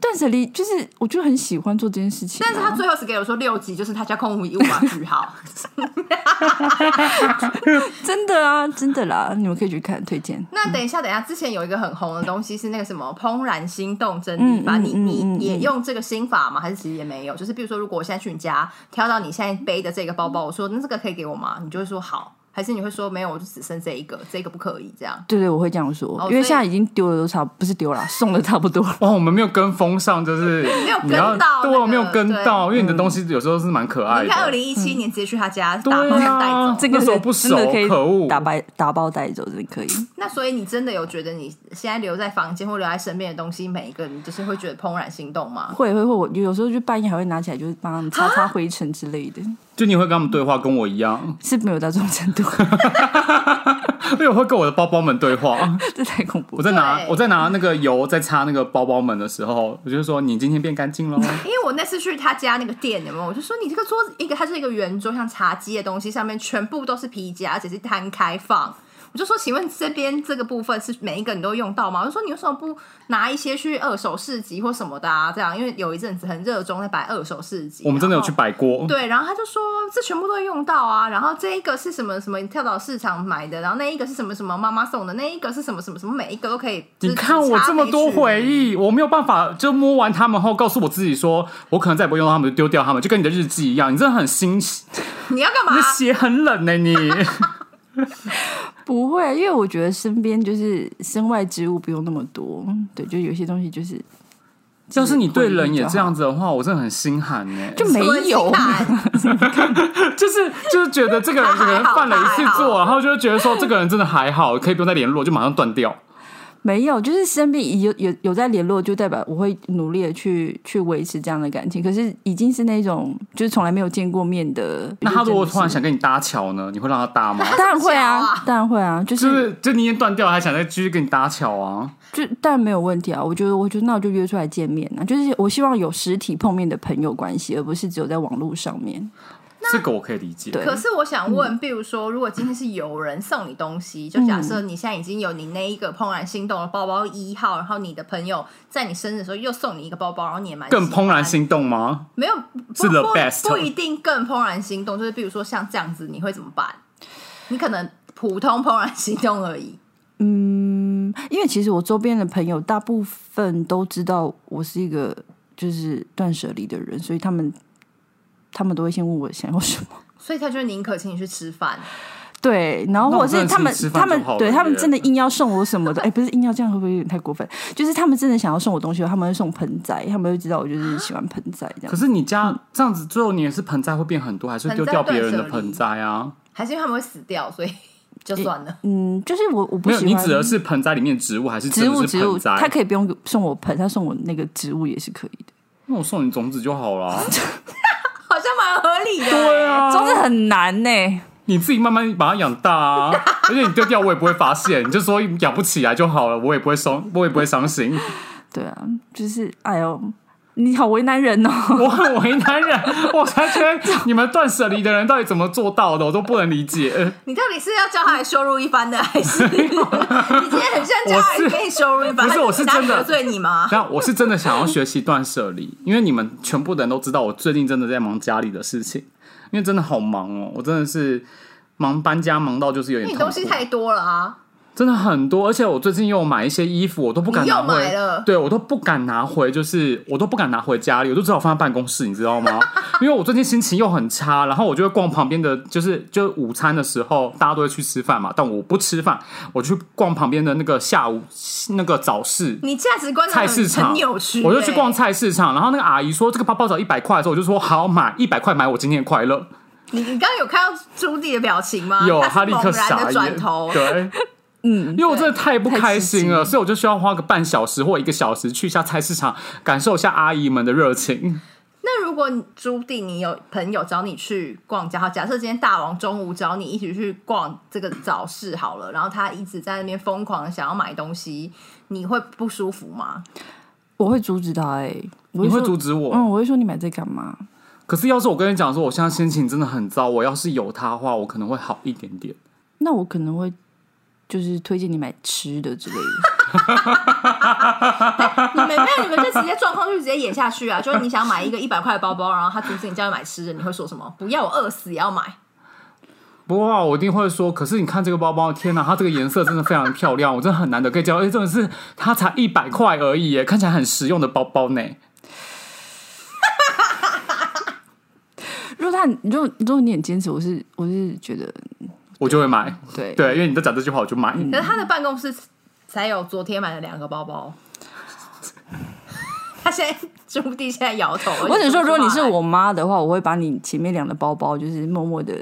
[SPEAKER 4] 断舍离就是，我就很喜欢做这件事情啊、
[SPEAKER 1] 但是他最后只给我说六集，就是他家空无一物嘛，句号。
[SPEAKER 4] 真的啊，真的啦，你们可以去看，推荐。
[SPEAKER 1] 那等一下，等一下，之前有一个很红的东西是那个什么怦然心动真理法，
[SPEAKER 4] 嗯嗯
[SPEAKER 1] 你
[SPEAKER 4] 嗯
[SPEAKER 1] 你
[SPEAKER 4] 嗯
[SPEAKER 1] 也用这个心法吗？还是其实也没有？就是比如说，如果我现在去你家挑到你现在背的这个包包，我说那这个可以给我吗？你就会说好，还是你会说没有，我就只剩这一个，这个不可以这样。
[SPEAKER 4] 对对，我会这样说，
[SPEAKER 1] 哦
[SPEAKER 4] 因
[SPEAKER 1] 所以
[SPEAKER 4] 为现在已经丢了都差不，不是丢了，送的差不多了。
[SPEAKER 2] (laughs) 哇，我们没有跟风上，就是
[SPEAKER 1] 没有
[SPEAKER 2] 你要
[SPEAKER 1] 跟到
[SPEAKER 2] 对，
[SPEAKER 1] 那
[SPEAKER 2] 我没有
[SPEAKER 1] 个
[SPEAKER 2] 跟
[SPEAKER 1] 对
[SPEAKER 2] 到，因为你的东西有时候是蛮可爱
[SPEAKER 1] 你看，二
[SPEAKER 2] 的。
[SPEAKER 1] 零一七年直接去他家打包
[SPEAKER 2] 对
[SPEAKER 1] 带走
[SPEAKER 2] 啊，，
[SPEAKER 4] 这个
[SPEAKER 2] 那时候不熟
[SPEAKER 4] 真的可以
[SPEAKER 2] 可恶
[SPEAKER 4] 打包打包带走，真的可以。
[SPEAKER 1] 那所以你真的有觉得你现在留在房间或留在身边的东西，每一个你就是会觉得怦然心动吗？
[SPEAKER 4] 会会会，我有时候就半夜还会拿起来，就是帮他们擦擦灰尘之类的，
[SPEAKER 2] 就你会跟他们对话，跟我
[SPEAKER 1] (laughs)
[SPEAKER 2] 一样，
[SPEAKER 4] 是没有到这种程度， (laughs)
[SPEAKER 2] 因为我会跟我的包包们对话。
[SPEAKER 4] 这太恐怖
[SPEAKER 2] 我
[SPEAKER 4] 了。
[SPEAKER 2] 在拿
[SPEAKER 1] 对
[SPEAKER 2] 我在拿那个油在擦那个包包们的时候，我就说你今天变干净了。
[SPEAKER 1] 因为我那次去他家那个店，有没有？我就说你这个桌子，一个它是一个圆桌，像茶几的东西，上面全部都是皮夹，而且是摊开放。我就说，请问这边这个部分是每一个你都用到吗？我就说你为什么不拿一些去二手市集或什么的啊？这样，因为有一阵子很热衷在摆二手市集，
[SPEAKER 2] 我们真的有
[SPEAKER 1] 然后
[SPEAKER 2] 去摆锅，
[SPEAKER 1] 对，然后他就说这全部都会用到啊，然后这一个是什么什么跳蚤市场买的，然后那一个是什么什么妈妈送的，那一个是什么什么什么，每一个都可以。
[SPEAKER 2] 你看我这么多回，忆，我没有办法就摸完他们后告诉我自己说，我可能再也不会用到他们，就丢掉他们，就跟你的日记一样。你真的很心，你
[SPEAKER 1] 你要干嘛
[SPEAKER 2] 的？血很冷呢、
[SPEAKER 1] (laughs)
[SPEAKER 2] 你
[SPEAKER 4] 不会，因为我觉得身边就是身外之物不用那么多，对，就有些东西就是
[SPEAKER 2] 要是你对人也这样子的话，我真的很心寒欸呢、
[SPEAKER 4] 就没
[SPEAKER 2] 啊
[SPEAKER 4] 有。
[SPEAKER 2] 就是就是觉得这个人可能犯了一次错，然后就会觉得说这个人真的还好，可以不用再联络，就马上断
[SPEAKER 4] (laughs)
[SPEAKER 2] 掉。
[SPEAKER 4] 没有，就是身边有有有在联络，就代表我会努力的去去维持这样的感情。可是已经是那种就是从来没有见过面的，
[SPEAKER 2] 那他如果突然
[SPEAKER 4] 就
[SPEAKER 2] 想跟你搭桥呢，你会让他搭
[SPEAKER 4] (laughs)
[SPEAKER 2] 吗？
[SPEAKER 4] 是当然会
[SPEAKER 1] 想啊
[SPEAKER 4] 啊，当然会啊，就
[SPEAKER 2] 就是是就你已经断掉，还想再继续跟你搭桥啊？
[SPEAKER 4] 就当然没有问题啊。我觉得，我觉得那我就约出来见面啊，就是我希望有实体碰面的朋友关系，而不是只有在网络上面。
[SPEAKER 2] 这个我可以理解。
[SPEAKER 4] 对
[SPEAKER 1] 可是我想
[SPEAKER 2] 嗯
[SPEAKER 1] 问，比如说，如果今天是有人送你东西，就假设你现在已经有你那一个怦然心动的包包一号，然后你的朋友在你生日的时候又送你一个包包，然后你也蛮
[SPEAKER 2] 更
[SPEAKER 1] 喜
[SPEAKER 2] 怦然
[SPEAKER 1] 欢
[SPEAKER 2] 心动吗？
[SPEAKER 1] 没有不
[SPEAKER 2] 是 the
[SPEAKER 1] 不
[SPEAKER 2] best
[SPEAKER 1] 不一定更怦然心动，就是比如说像这样子，你会怎么办？你可能普通怦然心动而已，
[SPEAKER 4] 因为其实我周边的朋友大部分都知道我是一个就是断舍离的人，所以他们他们都会先问我想要什么。 (laughs)
[SPEAKER 1] 所以他就宁可请你去吃饭。
[SPEAKER 4] 对，然后
[SPEAKER 2] 那我
[SPEAKER 4] 或者
[SPEAKER 2] 真
[SPEAKER 4] 是
[SPEAKER 2] 的
[SPEAKER 4] 他
[SPEAKER 2] 请
[SPEAKER 4] 们
[SPEAKER 2] 你吃饭
[SPEAKER 4] 他们
[SPEAKER 2] 就好了
[SPEAKER 4] 对他们
[SPEAKER 2] 耶
[SPEAKER 4] 真的硬要送我什么的，哎，不是硬要这样会不会有点太过分？就是他们真的想要送我东西，他们会送盆栽，他们会知道我就是喜欢盆栽这样
[SPEAKER 2] 可。是你家这样子，最后你也是盆栽会变很多，还是丢掉别人的盆栽啊？
[SPEAKER 1] 还是因为他们会死掉，所以就算了。
[SPEAKER 4] 嗯，就是我我不
[SPEAKER 2] 没有，
[SPEAKER 4] 喜
[SPEAKER 2] 你指的
[SPEAKER 4] 欢
[SPEAKER 2] 是盆栽里面的植物，还是
[SPEAKER 4] 植
[SPEAKER 2] 真
[SPEAKER 4] 物
[SPEAKER 2] 的是
[SPEAKER 4] 植物，
[SPEAKER 2] 盆
[SPEAKER 4] 他
[SPEAKER 2] 栽？
[SPEAKER 4] 可以不用送我盆，他送我那个植物也是可以的。
[SPEAKER 2] 那我送你种子就好
[SPEAKER 4] (laughs)
[SPEAKER 2] 了。
[SPEAKER 1] 好像蛮合理的。欸
[SPEAKER 2] 对啊，
[SPEAKER 4] 真的很难呢、
[SPEAKER 2] 你自己慢慢把它养大啊。 (laughs) 而且你丢掉我也不会发现，你就说养不起来就好了，我也不会伤，我也不会伤心。 (laughs)
[SPEAKER 4] 对啊，就是哎呦，你好为难人哦。
[SPEAKER 2] 我很为难人，我才觉得你们断舍离的人到底怎么做到的，我都不能理解。呃
[SPEAKER 1] 你到底是要叫他来羞辱一番的，还是你今天很像叫他来给你羞辱一番？
[SPEAKER 2] 不是我是
[SPEAKER 1] 他
[SPEAKER 2] 真的
[SPEAKER 1] 得罪你吗？
[SPEAKER 2] 但我是真的想要学习断舍离，因为你们全部的人都知道，我最近真的在忙家里的事情，因为真的好忙哦，我真的是忙搬家忙到就是有
[SPEAKER 1] 因
[SPEAKER 2] 点
[SPEAKER 1] 为你东
[SPEAKER 2] 痛苦
[SPEAKER 1] 西。太多了啊！
[SPEAKER 2] 真的很多，而且我最近又买一些衣服，我都不敢
[SPEAKER 1] 你
[SPEAKER 2] 拿
[SPEAKER 1] 又
[SPEAKER 2] 回，
[SPEAKER 1] 买了
[SPEAKER 2] 对我都不敢拿回，就是我都不敢拿回家里，我就只好放在办公室，你知
[SPEAKER 1] (laughs)
[SPEAKER 2] 道吗？因为我最近心情又很差，然后我就会逛旁边的，就是就午餐的时候，大家都会去吃饭嘛，但我不吃饭，我去逛旁边的那个下午那个早市，
[SPEAKER 1] 你价值观
[SPEAKER 2] 菜
[SPEAKER 1] 很
[SPEAKER 2] 市
[SPEAKER 1] 嗯
[SPEAKER 2] 场
[SPEAKER 1] 很扭曲、
[SPEAKER 2] 我就去逛
[SPEAKER 1] 欸，
[SPEAKER 2] 菜市场，然后那个阿姨说这个包包只要一百块的时候，我就说好买一百块买我今天的快乐。
[SPEAKER 1] 你你刚刚有看到朱棣的表情吗？
[SPEAKER 2] 有，
[SPEAKER 1] 啊他是
[SPEAKER 2] 他立刻
[SPEAKER 1] 猛然
[SPEAKER 2] 傻
[SPEAKER 1] 的
[SPEAKER 2] 眼
[SPEAKER 1] 转头，，
[SPEAKER 2] 对。嗯，因为我真的太不开心了，所以我就需要花个半小时或一个小时去一下菜市场，感受一下阿姨们的热情。
[SPEAKER 1] 那如果你朱棣你有朋友找你去逛街，好，假设今天大王中午找你一起去逛这个早市好了，然后他一直在那边疯狂地想要买东西，你会不舒服吗？
[SPEAKER 4] 我会阻止他哎、我
[SPEAKER 2] 你会
[SPEAKER 4] 说
[SPEAKER 2] 阻止我？
[SPEAKER 4] 嗯，我会说你买这干嘛？
[SPEAKER 2] 可是要是我跟你讲说，我现在心情真的很糟，我要是有他的话，我可能会好一点点。
[SPEAKER 4] 那我可能会就是推荐你买吃的之类的。 (laughs)
[SPEAKER 1] 你们那你们就直接状况就直接演下去啊！就是你想买一个一百块的包包，然后他阻止你叫你买吃的，你会说什么？不要，我饿死也要买。
[SPEAKER 2] 不过啊我一定会说，可是你看这个包包，天哪，它这个颜色真的非常漂亮，我真的很难得可以接受。哎，真的是它才一百块而已耶，看起来很实用的包包呢。
[SPEAKER 4] 如果他很如果如果你很坚持，我是我是觉得
[SPEAKER 2] 我就会买。
[SPEAKER 4] 对
[SPEAKER 2] 对，因为你在讲这句话，我就买。
[SPEAKER 1] 可是他的办公室才有昨天买的两个包包，他现在朱棣现在摇头。
[SPEAKER 4] 我只能说，如果你是
[SPEAKER 1] 我。
[SPEAKER 4] 我妈的话，我会把你前面两个包包就是默默的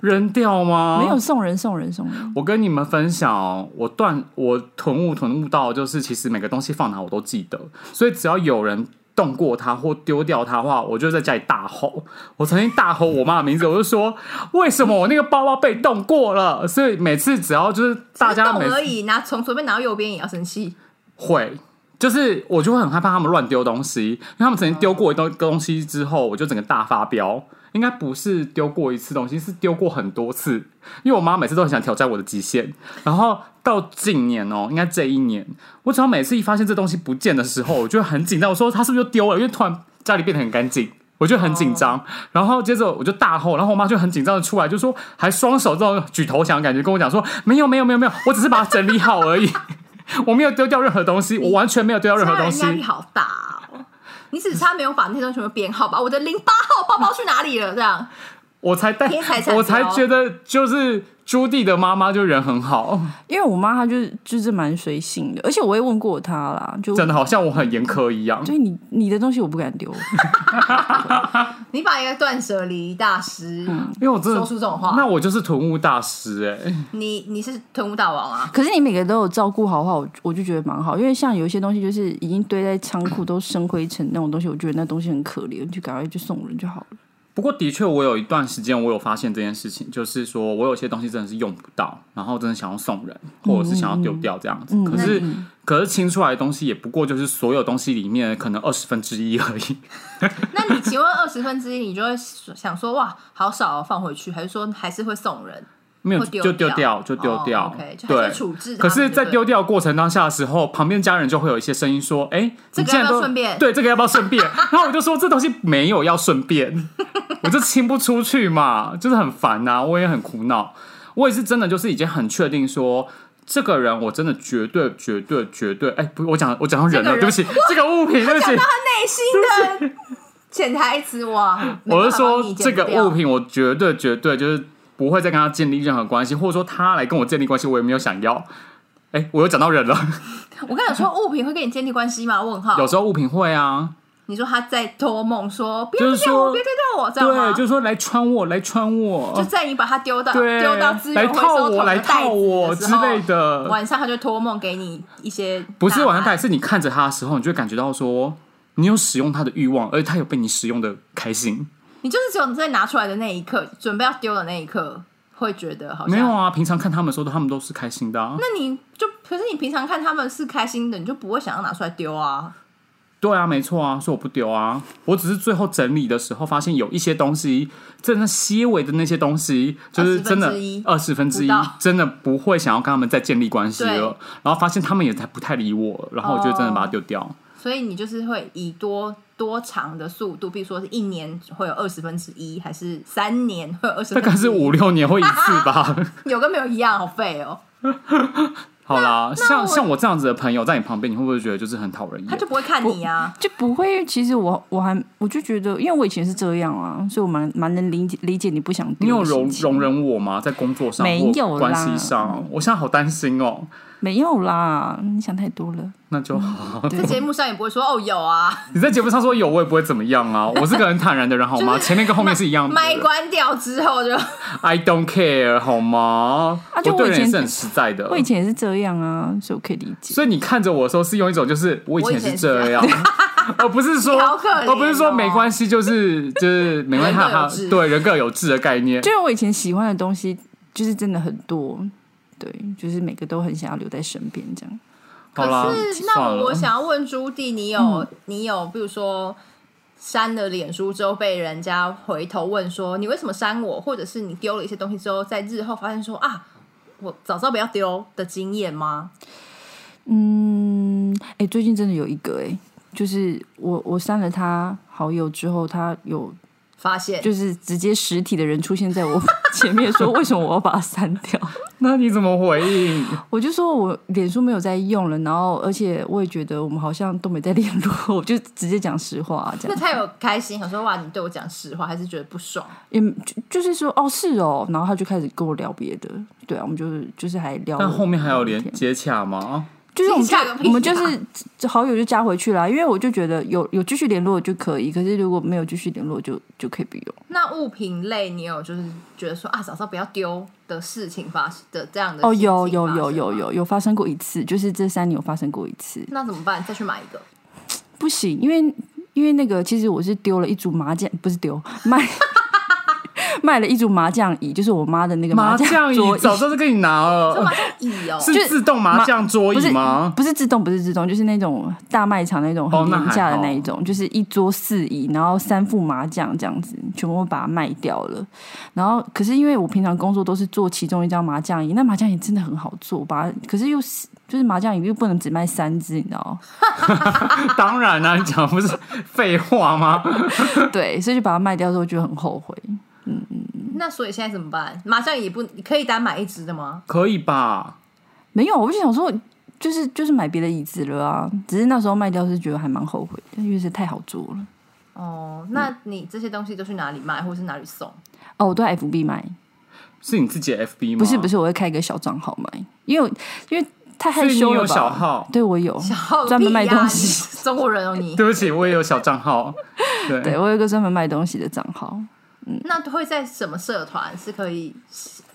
[SPEAKER 2] 扔掉吗？
[SPEAKER 4] 没有送人送人送人。
[SPEAKER 2] 我跟你们分享哦，我断我囤物囤物到，就是其实每个东西放哪我都记得，所以只要有人动过它或丢掉它的话，我就在家里大吼。我曾经大吼我妈的名字，我就说为什么我那个包包被动过了？所以每次只要就是大家
[SPEAKER 1] 动
[SPEAKER 2] 每
[SPEAKER 1] 而已，拿从左边拿到右边也要生气。
[SPEAKER 2] 会。就是我就会很害怕他们乱丢东西，因为他们曾经丢过一东东西之后，我就整个大发飙。应该不是丢过一次东西，是丢过很多次。因为我妈每次都很想挑战我的极限，然后到近年哦、应该这一年，我只要每次一发现这东西不见的时候，我就很紧张，我说它是不是又丢了？因为突然家里变得很干净。我就很紧张然后接着我就大吼，然后我妈就很紧张的出来，就说还双手这种举投降的感觉跟我讲说没有没有没有没有，我只是把它整理好而已， (laughs) 我没有丢掉任何东西，我完全没有丢掉任何
[SPEAKER 1] 家
[SPEAKER 2] 东
[SPEAKER 1] 人
[SPEAKER 2] 西
[SPEAKER 1] 压。力好大哦。你只差没有把那些东西全部编号吧？我的零八号包包去哪里了？这样，
[SPEAKER 2] 我才带
[SPEAKER 1] 天才，产
[SPEAKER 2] 我才
[SPEAKER 1] 生哦
[SPEAKER 2] 觉得就是朱棣的妈妈就人很好，
[SPEAKER 4] 因为我妈她就是就是蛮随性的，而且我也问过她啦，就
[SPEAKER 2] 真的好像我很严苛一样。
[SPEAKER 4] 所以你你的东西我不敢丢，
[SPEAKER 1] 你把一个断舍离大师，
[SPEAKER 4] 嗯
[SPEAKER 2] 因为我真的
[SPEAKER 1] 说出这种话
[SPEAKER 2] 那我就是囤物大师哎、
[SPEAKER 1] 你你是囤物大王啊？
[SPEAKER 4] 可是你每个都有照顾好的话，我我就觉得蛮好。因为像有一些东西就是已经堆在仓库都生灰尘那种东西，我觉得那东西很可怜，就赶快就送人就好了。
[SPEAKER 2] 不过的确，我有一段时间我有发现这件事情，就是说我有些东西真的是用不到，然后真的想要送人，或者是想要丢掉这样子。
[SPEAKER 1] 嗯
[SPEAKER 2] 可是、可是清出来的东西也不过就是所有东西里面可能二十分之一而已。
[SPEAKER 1] 那你请问二十分之一，你就会想说哇，好少、哦、放回去，还是说还是会送人？
[SPEAKER 2] 没有
[SPEAKER 1] 会丢
[SPEAKER 2] 就丢
[SPEAKER 1] 掉
[SPEAKER 2] 掉，就丢
[SPEAKER 1] 哦
[SPEAKER 2] 掉。
[SPEAKER 1] OK，就还是
[SPEAKER 2] 对，
[SPEAKER 1] 处置它
[SPEAKER 2] 可是，
[SPEAKER 1] 们就
[SPEAKER 2] 在
[SPEAKER 1] 对
[SPEAKER 2] 丢掉的过程当下的时候，旁边家人就会有一些声音说：“哎、
[SPEAKER 1] 这
[SPEAKER 2] 你
[SPEAKER 1] 个
[SPEAKER 2] 竟然
[SPEAKER 1] 要不要
[SPEAKER 2] 都
[SPEAKER 1] 顺便
[SPEAKER 2] 对，这个要不要顺便？”
[SPEAKER 1] (laughs)
[SPEAKER 2] 然后我就说：“这东西没有要顺便，我就清不出去嘛，就是很烦呐、啊我也很苦恼，我也是真的就是已经很确定说。”这个人我真的绝对绝对绝对，哎，不，我讲我讲到人了，
[SPEAKER 1] 这个人
[SPEAKER 2] 对不起，这个物品，对不起，
[SPEAKER 1] 内心
[SPEAKER 2] (laughs)
[SPEAKER 1] 的潜台词哇！没
[SPEAKER 2] 我
[SPEAKER 1] 办
[SPEAKER 2] 是
[SPEAKER 1] 法
[SPEAKER 2] 说
[SPEAKER 1] 帮你
[SPEAKER 2] 这
[SPEAKER 1] 剪
[SPEAKER 2] 个
[SPEAKER 1] 掉
[SPEAKER 2] 物品，我绝对绝对就是不会再跟他建立任何关系，或者说他来跟我建立关系，我也没有想要。哎，我又讲到人了，
[SPEAKER 1] 我刚才有说物品会跟你建立关系吗？问号。
[SPEAKER 2] 有时候物品会啊，
[SPEAKER 1] 你说他在托梦说不要
[SPEAKER 2] 就是
[SPEAKER 1] 丢掉我，
[SPEAKER 2] 说
[SPEAKER 1] 不要丢掉我，这样吗？
[SPEAKER 2] 对，就是说来穿我，来穿
[SPEAKER 1] 就
[SPEAKER 2] 我，
[SPEAKER 1] 在你把它丢到
[SPEAKER 2] 对，
[SPEAKER 1] 丢到资
[SPEAKER 2] 来
[SPEAKER 1] 源回
[SPEAKER 2] 套
[SPEAKER 1] 收桶
[SPEAKER 2] 我，
[SPEAKER 1] 的
[SPEAKER 2] 来
[SPEAKER 1] 袋
[SPEAKER 2] 套我
[SPEAKER 1] 子
[SPEAKER 2] 之类
[SPEAKER 1] 的时候，
[SPEAKER 2] 的，
[SPEAKER 1] 晚上他就托梦给你一些答案，
[SPEAKER 2] 不是晚上带，是你看着他的时候，你就会感觉到说你有使用他的欲望，而且他有被你使用的开心。
[SPEAKER 1] 你就是只有你在拿出来的那一刻，准备要丢的那一刻，会觉得好像
[SPEAKER 2] 没有。啊，平常看他们的时候，他们都是开心的啊。
[SPEAKER 1] 那你就可是你平常看他们是开心的，你就不会想要拿出来丢啊。
[SPEAKER 2] 对啊，没错啊，所以我不丢啊。我只是最后整理的时候，发现有一些东西，真的些微的那些东西，
[SPEAKER 1] 啊
[SPEAKER 2] 就是真的二十分之一
[SPEAKER 1] 不到，
[SPEAKER 2] 真的不会想要跟他们再建立关系了
[SPEAKER 1] 对。
[SPEAKER 2] 然后发现他们也才不太理我，然后我就真的把它丢掉。
[SPEAKER 1] 所以你就是会以多多长的速度，比如说是一年会有二十分之一，还是三年会有二十分之一？
[SPEAKER 2] 大概是五六年会一次吧。
[SPEAKER 1] 有跟没有一样，好废哦。
[SPEAKER 2] 好啦，
[SPEAKER 1] 我
[SPEAKER 2] 像像我这样子的朋友在你旁边，你会不会觉得就是很讨人
[SPEAKER 1] 他
[SPEAKER 2] 厌
[SPEAKER 1] 就？不会看你啊，
[SPEAKER 4] 就不会。因为其实我我还我就觉得，因为我以前是这样啊，所以我蛮蛮能理解理解你不想
[SPEAKER 2] 你
[SPEAKER 4] 丢
[SPEAKER 2] 有
[SPEAKER 4] 的
[SPEAKER 2] 容
[SPEAKER 4] 心情
[SPEAKER 2] 容忍我吗？在工作上
[SPEAKER 4] 没有
[SPEAKER 2] 或
[SPEAKER 4] 啦
[SPEAKER 2] 关系上，我现在好担心哦。
[SPEAKER 4] 没有啦？你想太多了。
[SPEAKER 2] 那就好。 (laughs)
[SPEAKER 1] 在节目上也不会说哦有啊，
[SPEAKER 2] 你在节目上说有，我也不会怎么样啊。我是个很坦然的人，好吗？前面跟后面是一样的。
[SPEAKER 1] 麦关掉之后就
[SPEAKER 2] I don't care，好吗？
[SPEAKER 4] 啊就
[SPEAKER 2] 我
[SPEAKER 4] 我
[SPEAKER 2] 对人也
[SPEAKER 4] 以前
[SPEAKER 2] 是很实在的
[SPEAKER 4] 我。以前也是这样啊，所以我可以理解。
[SPEAKER 2] 所以你看着我的时候，是用一种就是我以前是这样，而不是说
[SPEAKER 1] 你好可怜哦
[SPEAKER 2] 而不是说没关系，就是就是没关系，
[SPEAKER 1] 人各有
[SPEAKER 2] 哈哈
[SPEAKER 1] 志
[SPEAKER 2] 对人各有志的概念。
[SPEAKER 4] 就是我以前喜欢的东西，就是真的很多，对，就是每个都很想要留在身边这样。
[SPEAKER 2] 好啦，
[SPEAKER 1] 可是那
[SPEAKER 2] 算了
[SPEAKER 1] 我想要问朱棣，你有、
[SPEAKER 4] 嗯
[SPEAKER 1] 你有，比如说删了脸书之后，被人家回头问说你为什么删我，或者是你丢了一些东西之后，在日后发现说啊，我早知道不要丢的经验吗？
[SPEAKER 4] 嗯，哎、最近真的有一个哎、就是我我删了他好友之后，他有
[SPEAKER 1] 发现
[SPEAKER 4] 就是直接实体的人出现在我 (laughs) 前面，说为什么我要把他删掉？
[SPEAKER 2] (laughs)
[SPEAKER 4] (laughs)
[SPEAKER 2] 那你怎么回应？
[SPEAKER 4] 我就说我脸书没有在用了，然后而且我也觉得我们好像都没在联络，我 (laughs) 就直接讲实话、这
[SPEAKER 1] 那
[SPEAKER 4] 样，
[SPEAKER 1] 他有开心，想说哇，你对我讲实话，还是觉得不爽？
[SPEAKER 4] 也就就是说哦是哦，然后他就开始跟我聊别的，对啊，我们就是就是还聊，
[SPEAKER 2] 但后面还有
[SPEAKER 4] 天
[SPEAKER 2] 连接洽吗？
[SPEAKER 4] 就是我们就
[SPEAKER 1] 下个屁呀
[SPEAKER 4] 我们就是好友就加回去啦，因为我就觉得有有继续联络就可以，可是如果没有继续联络就就可以不用。
[SPEAKER 1] 那物品类，你有就是觉得说啊，早知道不要丢的事情发生的这样的
[SPEAKER 4] 哦，
[SPEAKER 1] 心情
[SPEAKER 4] 有有
[SPEAKER 1] 发生吗
[SPEAKER 4] 有有，有有发生过一次，就是这三年有发生过一次，
[SPEAKER 1] 那怎么办？再去买一个，
[SPEAKER 4] 不行，因为因为那个其实我是丢了一组麻将，不是丢 (laughs) 卖卖了一组麻将椅，就是我妈的那个
[SPEAKER 2] 麻
[SPEAKER 4] 将
[SPEAKER 2] 将椅
[SPEAKER 4] 桌椅。
[SPEAKER 2] 早知道就给你拿
[SPEAKER 1] 这
[SPEAKER 2] 了
[SPEAKER 1] 麻，将椅哦，
[SPEAKER 2] 是自动麻将桌
[SPEAKER 4] 不
[SPEAKER 2] 椅
[SPEAKER 4] 是
[SPEAKER 2] 吗？
[SPEAKER 4] 不是自动，不是自动，就是那种大卖场那种
[SPEAKER 2] 哦
[SPEAKER 4] 很
[SPEAKER 2] 那
[SPEAKER 4] 廉价的
[SPEAKER 2] 还好
[SPEAKER 4] 那一种，就是一桌四椅，然后三副麻将这样子，全部把它卖掉了。然后可是因为我平常工作都是做其中一张麻将椅，那麻将椅真的很好做吧？可是又是就是麻将椅又不能只卖三只，你知道？啊
[SPEAKER 2] 当然啦、你讲不是 (laughs) 废话吗？
[SPEAKER 4] 对，所以就把它卖掉之后就很后悔。
[SPEAKER 1] 那所以现在怎么办？麻将椅不你可以单买一只的吗？
[SPEAKER 2] 可以吧？
[SPEAKER 4] 没有，我就想说，就是就是买别的椅子了啊。只是那时候卖掉是觉得还蛮后悔的，因为是太好做了。
[SPEAKER 1] 哦，那你这些东西都去哪里卖，或者是哪里送？
[SPEAKER 4] 哦，我都在 FB 卖，
[SPEAKER 2] 是你自己的 FB 吗？
[SPEAKER 4] 不是不
[SPEAKER 2] 是，
[SPEAKER 4] 是，我会开一个小账号卖，因为我因为太害
[SPEAKER 2] 所以你
[SPEAKER 4] 羞了
[SPEAKER 2] 有
[SPEAKER 4] 吧？
[SPEAKER 2] 小号？
[SPEAKER 4] 对我有
[SPEAKER 1] 小屁呀
[SPEAKER 4] 专门卖东西，
[SPEAKER 1] 你 (laughs) 中国人哦你。
[SPEAKER 2] 对不起，我也有小账号。对，
[SPEAKER 4] (laughs) 对我有一个专门卖东西的账号。
[SPEAKER 1] 那会在什么社团是可以？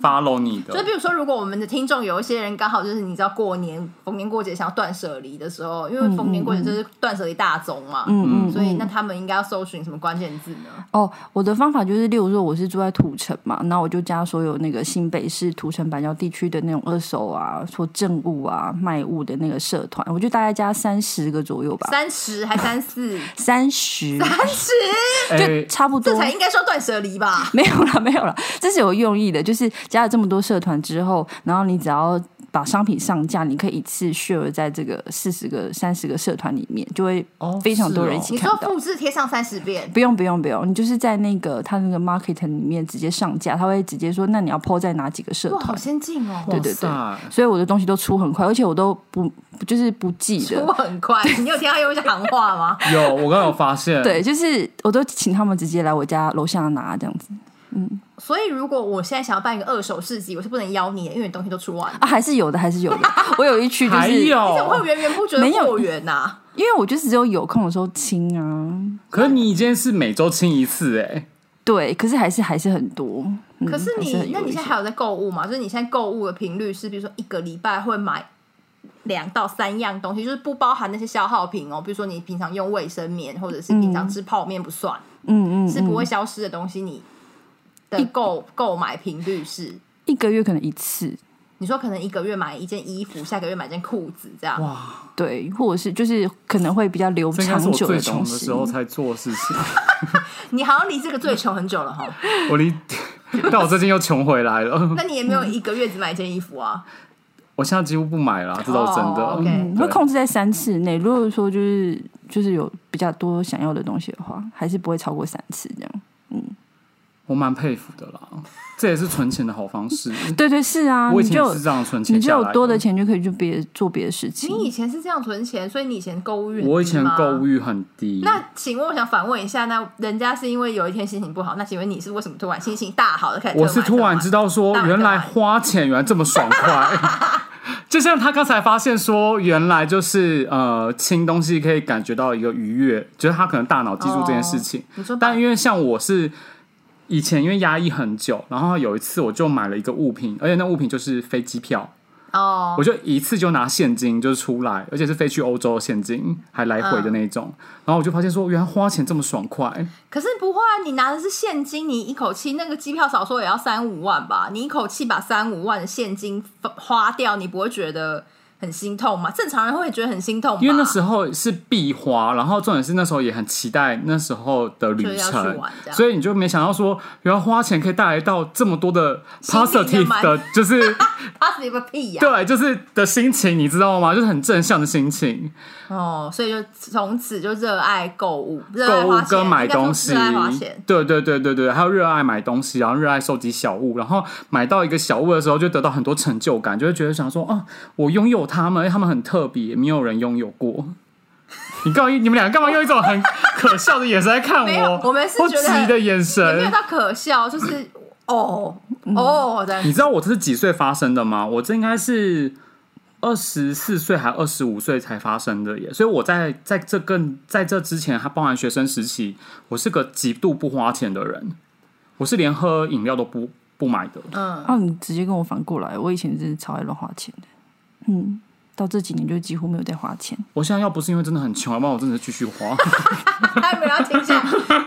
[SPEAKER 2] follow 你的
[SPEAKER 1] 就。比如说，如果我们的听众有一些人刚好就是你知道过年逢年过节想要断舍离的时候，因为逢年过节就是断舍离大宗嘛，
[SPEAKER 4] 嗯嗯，
[SPEAKER 1] 所以那他们应该要搜寻什么关键字呢？
[SPEAKER 4] 哦，我的方法就是，例如说我是住在土城嘛，那我就加所有那个新北市土城板桥地区的那种二手啊、说正物啊、卖物的那个社团，我就大概加三十个左右吧，
[SPEAKER 1] 三十还三四
[SPEAKER 4] (laughs) 三十
[SPEAKER 1] 三十，
[SPEAKER 2] 哎
[SPEAKER 4] 就差不多。
[SPEAKER 1] 这才应该说断舍离吧？
[SPEAKER 4] (laughs) 没有啦，没 (laughs) 有啦，这是有用意的。就是加了这么多社团之后，然后你只要把商品上架，你可以一次 share 在这个四十个、三十个社团里面，就会
[SPEAKER 2] 哦
[SPEAKER 4] 非常
[SPEAKER 2] 是
[SPEAKER 4] 多人
[SPEAKER 2] 哦
[SPEAKER 4] 一起
[SPEAKER 1] 你
[SPEAKER 4] 看
[SPEAKER 1] 说
[SPEAKER 4] 到。
[SPEAKER 1] 复制贴上三十遍，
[SPEAKER 4] 不用不用不用，你就是在那个他那个 market 里面直接上架，他会直接说，那你要 po 在哪几个社
[SPEAKER 1] 哇，好
[SPEAKER 4] 团？
[SPEAKER 1] 先进哦！
[SPEAKER 4] 对对对
[SPEAKER 2] 哇塞，
[SPEAKER 4] 所以我的东西都出很快，而且我都不就是不记
[SPEAKER 1] 出
[SPEAKER 4] 的，
[SPEAKER 1] 很快，你有听到有一些行话吗？ (laughs)
[SPEAKER 2] 有我刚刚有发现，，
[SPEAKER 4] 对，就是我都请他们直接来我家楼下拿这样子
[SPEAKER 1] 所以如果我现在想要办一个二手市集，我是不能邀你的，因为你东西都出完了。
[SPEAKER 4] 啊，还是有的，还是有
[SPEAKER 2] (laughs)
[SPEAKER 4] 的。我有一区就
[SPEAKER 2] 还
[SPEAKER 4] 是，
[SPEAKER 1] 你怎么
[SPEAKER 2] 有
[SPEAKER 1] 会，源源不绝的
[SPEAKER 4] 没有
[SPEAKER 1] 货源啊呐？
[SPEAKER 4] 因为我就只有有空的时候清啊，
[SPEAKER 2] 可是你今天是每周清一次哎，
[SPEAKER 4] 对，可是还是还是很多。嗯
[SPEAKER 1] 可是你，
[SPEAKER 4] 还很
[SPEAKER 1] 那你现在还有在购物吗？就是你现在购物的频率是，比如说一个礼拜会买两到三样东西，就是不包含那些消耗品哦，比如说你平常用卫生棉，或者是平常吃泡面不算，
[SPEAKER 4] 嗯嗯，
[SPEAKER 1] 是不会消失的东西。你的购购买频率是，
[SPEAKER 4] 一个月可能一次，
[SPEAKER 1] 你说可能一个月买一件衣服，下个月买件裤子这样。
[SPEAKER 2] 哇，
[SPEAKER 4] 对，或者是就是可能会比较留
[SPEAKER 2] 这应该是
[SPEAKER 4] 长
[SPEAKER 2] 我
[SPEAKER 4] 久
[SPEAKER 2] 最穷
[SPEAKER 4] 东
[SPEAKER 2] 的
[SPEAKER 4] 西
[SPEAKER 2] 时。候才做的事情。
[SPEAKER 1] 你好像离这个最穷很久了哈，
[SPEAKER 2] 嗯 (laughs) 我离，但我最近又穷回来了。嗯
[SPEAKER 1] 那你也没有一个月只买一件衣服啊。
[SPEAKER 2] 我现在几乎不买了，这倒是真的。
[SPEAKER 1] 哦，OK
[SPEAKER 4] 嗯，会控制在三次内。如果说就是就是有比较多想要的东西的话，还是不会超过三次这样。
[SPEAKER 2] 我蛮佩服的啦，这也是存钱的好方式。
[SPEAKER 4] 对对是啊，
[SPEAKER 2] 我以
[SPEAKER 4] 你
[SPEAKER 2] 前
[SPEAKER 4] 就
[SPEAKER 2] 也是这样存
[SPEAKER 4] 你
[SPEAKER 2] 钱
[SPEAKER 4] 就
[SPEAKER 2] 下来
[SPEAKER 4] 有多的钱就可以去别做别的事情。啊
[SPEAKER 1] 你以前是这样存钱，所以你以前购物欲很低吗，
[SPEAKER 2] 我以前购物欲很低，
[SPEAKER 1] 那请问，我想反问一下，那人家是因为有一天心情不好，那请问你是为什么突然心情大好的开始特买？啊
[SPEAKER 2] 我是突然知
[SPEAKER 1] 道，
[SPEAKER 2] 道说，
[SPEAKER 1] 当然
[SPEAKER 2] 原来花钱原来这么爽快。 (laughs) 就像他刚才发现说，原来就是呃清东西可以感觉到一个愉悦，就是他可能大脑记住这件
[SPEAKER 4] 哦
[SPEAKER 2] 事情。
[SPEAKER 1] 你说把，
[SPEAKER 2] 但因为像我是以前因为压抑很久，然后有一次我就买了一个物品，而且那物品就是飞机票，
[SPEAKER 1] 哦，
[SPEAKER 2] 我就一次就拿现金就是出来，而且是飞去欧洲的现金，还来回的那
[SPEAKER 1] 嗯
[SPEAKER 2] 种。然后我就发现说，原来花钱这么爽快。
[SPEAKER 1] 可是不会啊，你拿的是现金，你一口气那个机票少说也要三五万吧？你一口气把三五万的现金花掉，你不会觉得很心痛吗？正常人会觉得很心痛吧，
[SPEAKER 2] 因为那时候是必花，然后重点是那时候也很期待那时候的旅
[SPEAKER 1] 就是要去
[SPEAKER 2] 程
[SPEAKER 1] 玩这，样
[SPEAKER 2] 所以你就没想到说，原来花钱可以带来到这么多的
[SPEAKER 1] 心灵的
[SPEAKER 2] positive
[SPEAKER 1] 满
[SPEAKER 2] 的，就是
[SPEAKER 1] 他是有个屁呀、
[SPEAKER 2] 对，就是的心情，你知道吗？就是很正向的心情。
[SPEAKER 1] 哦，所以就从此就热爱购物，热爱
[SPEAKER 2] 购物
[SPEAKER 1] 花钱，
[SPEAKER 2] 跟买
[SPEAKER 1] 应该说
[SPEAKER 2] 东西
[SPEAKER 1] 热爱花钱，，
[SPEAKER 2] 对对对对对，还有热爱买东西，然后热爱收集小物，然后买到一个小物的时候，就得到很多成就感，就会觉得想说，哦，我拥有它们，因为它们很特别，没有人拥有
[SPEAKER 1] (laughs)
[SPEAKER 2] 过。你干嘛？你们俩干嘛用一种很可笑的眼神来看
[SPEAKER 1] 没有
[SPEAKER 2] 我？
[SPEAKER 1] 我们是
[SPEAKER 2] 或
[SPEAKER 1] 觉得
[SPEAKER 2] 奇的眼
[SPEAKER 1] 也没有
[SPEAKER 2] 神。
[SPEAKER 1] 到可笑，
[SPEAKER 2] (laughs)
[SPEAKER 1] 就是哦
[SPEAKER 2] 嗯
[SPEAKER 1] 哦这样
[SPEAKER 2] 你知道我这是几岁发生的吗？我这应该是二十四岁还二十五岁才发生的耶，所以我在在这更在这之前，还包含学生时期，我是个极度不花钱的人，我是连喝饮料都不不买的。
[SPEAKER 1] 嗯
[SPEAKER 4] 哦，你直接跟我反过来，我以前真的超爱乱花钱的，嗯，到这几年就几乎没有在花钱。
[SPEAKER 2] 我现在要不是因为真的很穷，要不然我真的继续花。 (laughs)
[SPEAKER 1] 他没有要停下，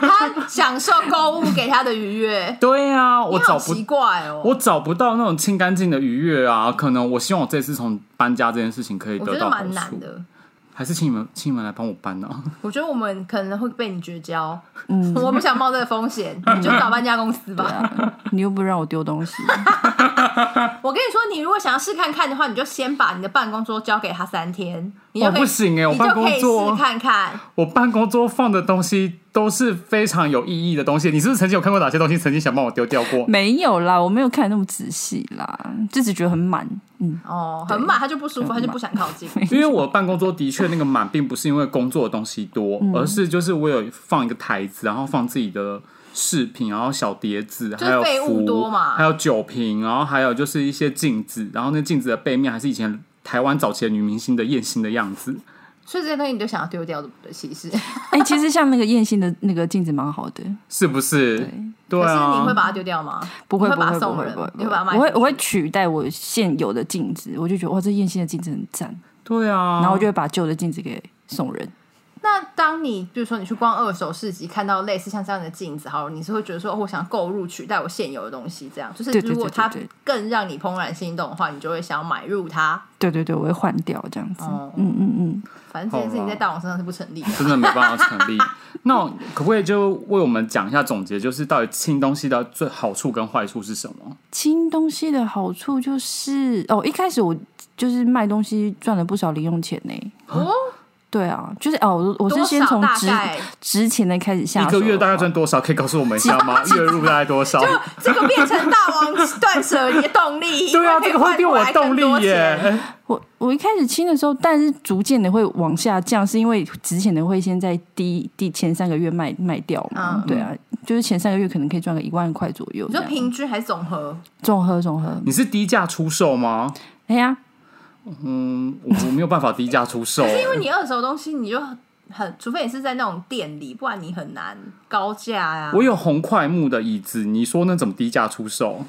[SPEAKER 1] 他享受购物给他的愉悦。
[SPEAKER 2] 对啊， (laughs) 我
[SPEAKER 1] 你好
[SPEAKER 2] 找不
[SPEAKER 1] 奇怪哦，
[SPEAKER 2] 我找不到那种清干净的愉悦啊。可能我希望我这次从搬家这件事情可以
[SPEAKER 1] 我
[SPEAKER 2] 得
[SPEAKER 1] 觉
[SPEAKER 2] 到
[SPEAKER 1] 得
[SPEAKER 2] 好
[SPEAKER 1] 蛮
[SPEAKER 2] 处
[SPEAKER 1] 难，的。
[SPEAKER 2] 还是请你们请你们来帮我搬啊。
[SPEAKER 1] 我觉得我们可能会被你绝交，
[SPEAKER 2] 嗯
[SPEAKER 1] 我不想冒这个风险，你就找搬家公
[SPEAKER 2] (laughs)
[SPEAKER 1] 司吧。
[SPEAKER 2] 啊
[SPEAKER 4] 你又不让我丢东西，
[SPEAKER 1] 我跟你说，你如果想要试看看的话，你就先把你的办公桌交给他三天，你就
[SPEAKER 2] 哦
[SPEAKER 1] 可以、
[SPEAKER 2] 不行欸我
[SPEAKER 1] 你就
[SPEAKER 2] 办公
[SPEAKER 1] 可以
[SPEAKER 2] 桌
[SPEAKER 1] 试看看。
[SPEAKER 2] 我办公桌放的东西都是非常有意义的东西。你是不是曾经有看过哪些东西曾经想帮我丢掉过？
[SPEAKER 1] 嗯
[SPEAKER 4] 没有啦，我没有看得那么仔细啦，就只觉得很满。嗯，
[SPEAKER 1] 哦，很满，他就不舒服，他就不想靠
[SPEAKER 4] (laughs)
[SPEAKER 1] 近。
[SPEAKER 2] 因为我办公桌的确那个满，并不是因为工作的东西多，
[SPEAKER 1] 嗯
[SPEAKER 2] 而是就是我有放一个台子，然后放自己的饰品，然后小碟子，
[SPEAKER 1] 是
[SPEAKER 2] 还有
[SPEAKER 1] 废物
[SPEAKER 2] 符
[SPEAKER 1] 多嘛
[SPEAKER 2] 还有酒瓶，然后还有就是一些镜子，然后那镜子的背面还是以前台湾早期的女明星的艳星的样子。
[SPEAKER 1] 所以这些东西你就想要丢掉，对不对？其实，
[SPEAKER 4] 哎、其实像那个燕心的那个镜子蛮好的，
[SPEAKER 2] 是不是？
[SPEAKER 4] 对
[SPEAKER 2] 对
[SPEAKER 1] 可是
[SPEAKER 2] 啊，
[SPEAKER 1] 你会把它丢掉吗？
[SPEAKER 4] 不会
[SPEAKER 1] 你
[SPEAKER 4] 不
[SPEAKER 1] 会把它
[SPEAKER 4] 会不
[SPEAKER 1] 送
[SPEAKER 4] 会
[SPEAKER 1] 人
[SPEAKER 4] 不会，
[SPEAKER 1] 你会把它卖
[SPEAKER 4] 我会
[SPEAKER 1] 出去
[SPEAKER 4] 我会取代我现有的镜子，我就觉得哇，这燕心的镜子很赞，
[SPEAKER 1] 哦
[SPEAKER 2] 对啊，
[SPEAKER 4] 然后我就会把旧的镜子给送人。
[SPEAKER 1] 那当你比如说你去逛二手市集，看到类似像这样的镜子，好了，你是会觉得说，哦我想购入取代我现有的东西，这样就是
[SPEAKER 4] 对对
[SPEAKER 1] 如果
[SPEAKER 4] 对对
[SPEAKER 1] 它
[SPEAKER 4] 对
[SPEAKER 1] 更让你怦然心动的话，你就会想要买入它。
[SPEAKER 4] 对对对，我会换掉这样子。
[SPEAKER 1] 哦
[SPEAKER 4] 嗯嗯嗯，
[SPEAKER 1] 反正这件事情在大王身上是不成立的。
[SPEAKER 2] 真的没办法成立。 (laughs) 那我可不可以就为我们讲一下总结，就是到底清东西的最好处跟坏处是什么？
[SPEAKER 4] 清东西的好处就是哦，一开始我就是卖东西赚了不少零用钱呢、
[SPEAKER 1] 哦，
[SPEAKER 4] 对啊，就是哦，我我是
[SPEAKER 1] 多
[SPEAKER 4] 先
[SPEAKER 1] 少
[SPEAKER 4] 从
[SPEAKER 1] 大
[SPEAKER 4] 值
[SPEAKER 1] 概
[SPEAKER 4] 值钱的开始下
[SPEAKER 2] 一
[SPEAKER 4] 手的话，
[SPEAKER 2] 个月大概赚多少？可以告诉我们一下
[SPEAKER 4] (laughs)
[SPEAKER 2] 吗？月入大概多少？
[SPEAKER 1] 这个变成大王断舍离的动
[SPEAKER 4] (laughs)
[SPEAKER 1] 力，
[SPEAKER 2] 对啊，
[SPEAKER 1] 因为可以
[SPEAKER 2] 这个会变我
[SPEAKER 1] 换回来
[SPEAKER 2] 动
[SPEAKER 1] 更
[SPEAKER 2] 力
[SPEAKER 1] 多钱。
[SPEAKER 4] 啊
[SPEAKER 2] 耶！
[SPEAKER 4] 我我一开始清的时候，但是逐渐的会往下降，是因为值钱的会先在第第前三个月卖卖掉嘛、
[SPEAKER 1] 嗯
[SPEAKER 4] 对啊，就是前三个月可能可以赚个一万块左右
[SPEAKER 1] 你
[SPEAKER 4] 这
[SPEAKER 1] 说
[SPEAKER 4] 样。
[SPEAKER 1] 平均还是总和？
[SPEAKER 4] 综合综合，
[SPEAKER 2] (laughs) 你是低价出售吗？
[SPEAKER 4] 哎呀，
[SPEAKER 2] 嗯，我我没有办法低价出
[SPEAKER 4] (laughs)
[SPEAKER 2] 售，
[SPEAKER 1] 因为你二手东西，你就很，除非你是在那种店里，不然你很难高价啊呀、
[SPEAKER 2] 我有红块木的椅子，你说那怎么低价出售？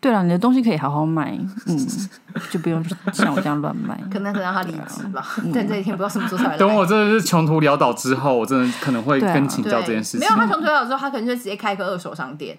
[SPEAKER 4] 对了，你的东西可以好好卖，嗯，
[SPEAKER 2] (laughs)
[SPEAKER 4] 就不用像我这样乱卖。
[SPEAKER 1] 可能可能让他离职吧， (laughs) 但这一天不知道什么时候才会来。
[SPEAKER 2] 嗯 (laughs) 等我真的是穷途潦倒之后，我真的可能会
[SPEAKER 4] 对啊
[SPEAKER 2] 跟请
[SPEAKER 1] 对
[SPEAKER 2] 教这件事
[SPEAKER 1] 没
[SPEAKER 2] 情
[SPEAKER 1] 有。他从推倒之后，他可能就直接开一个二手商店，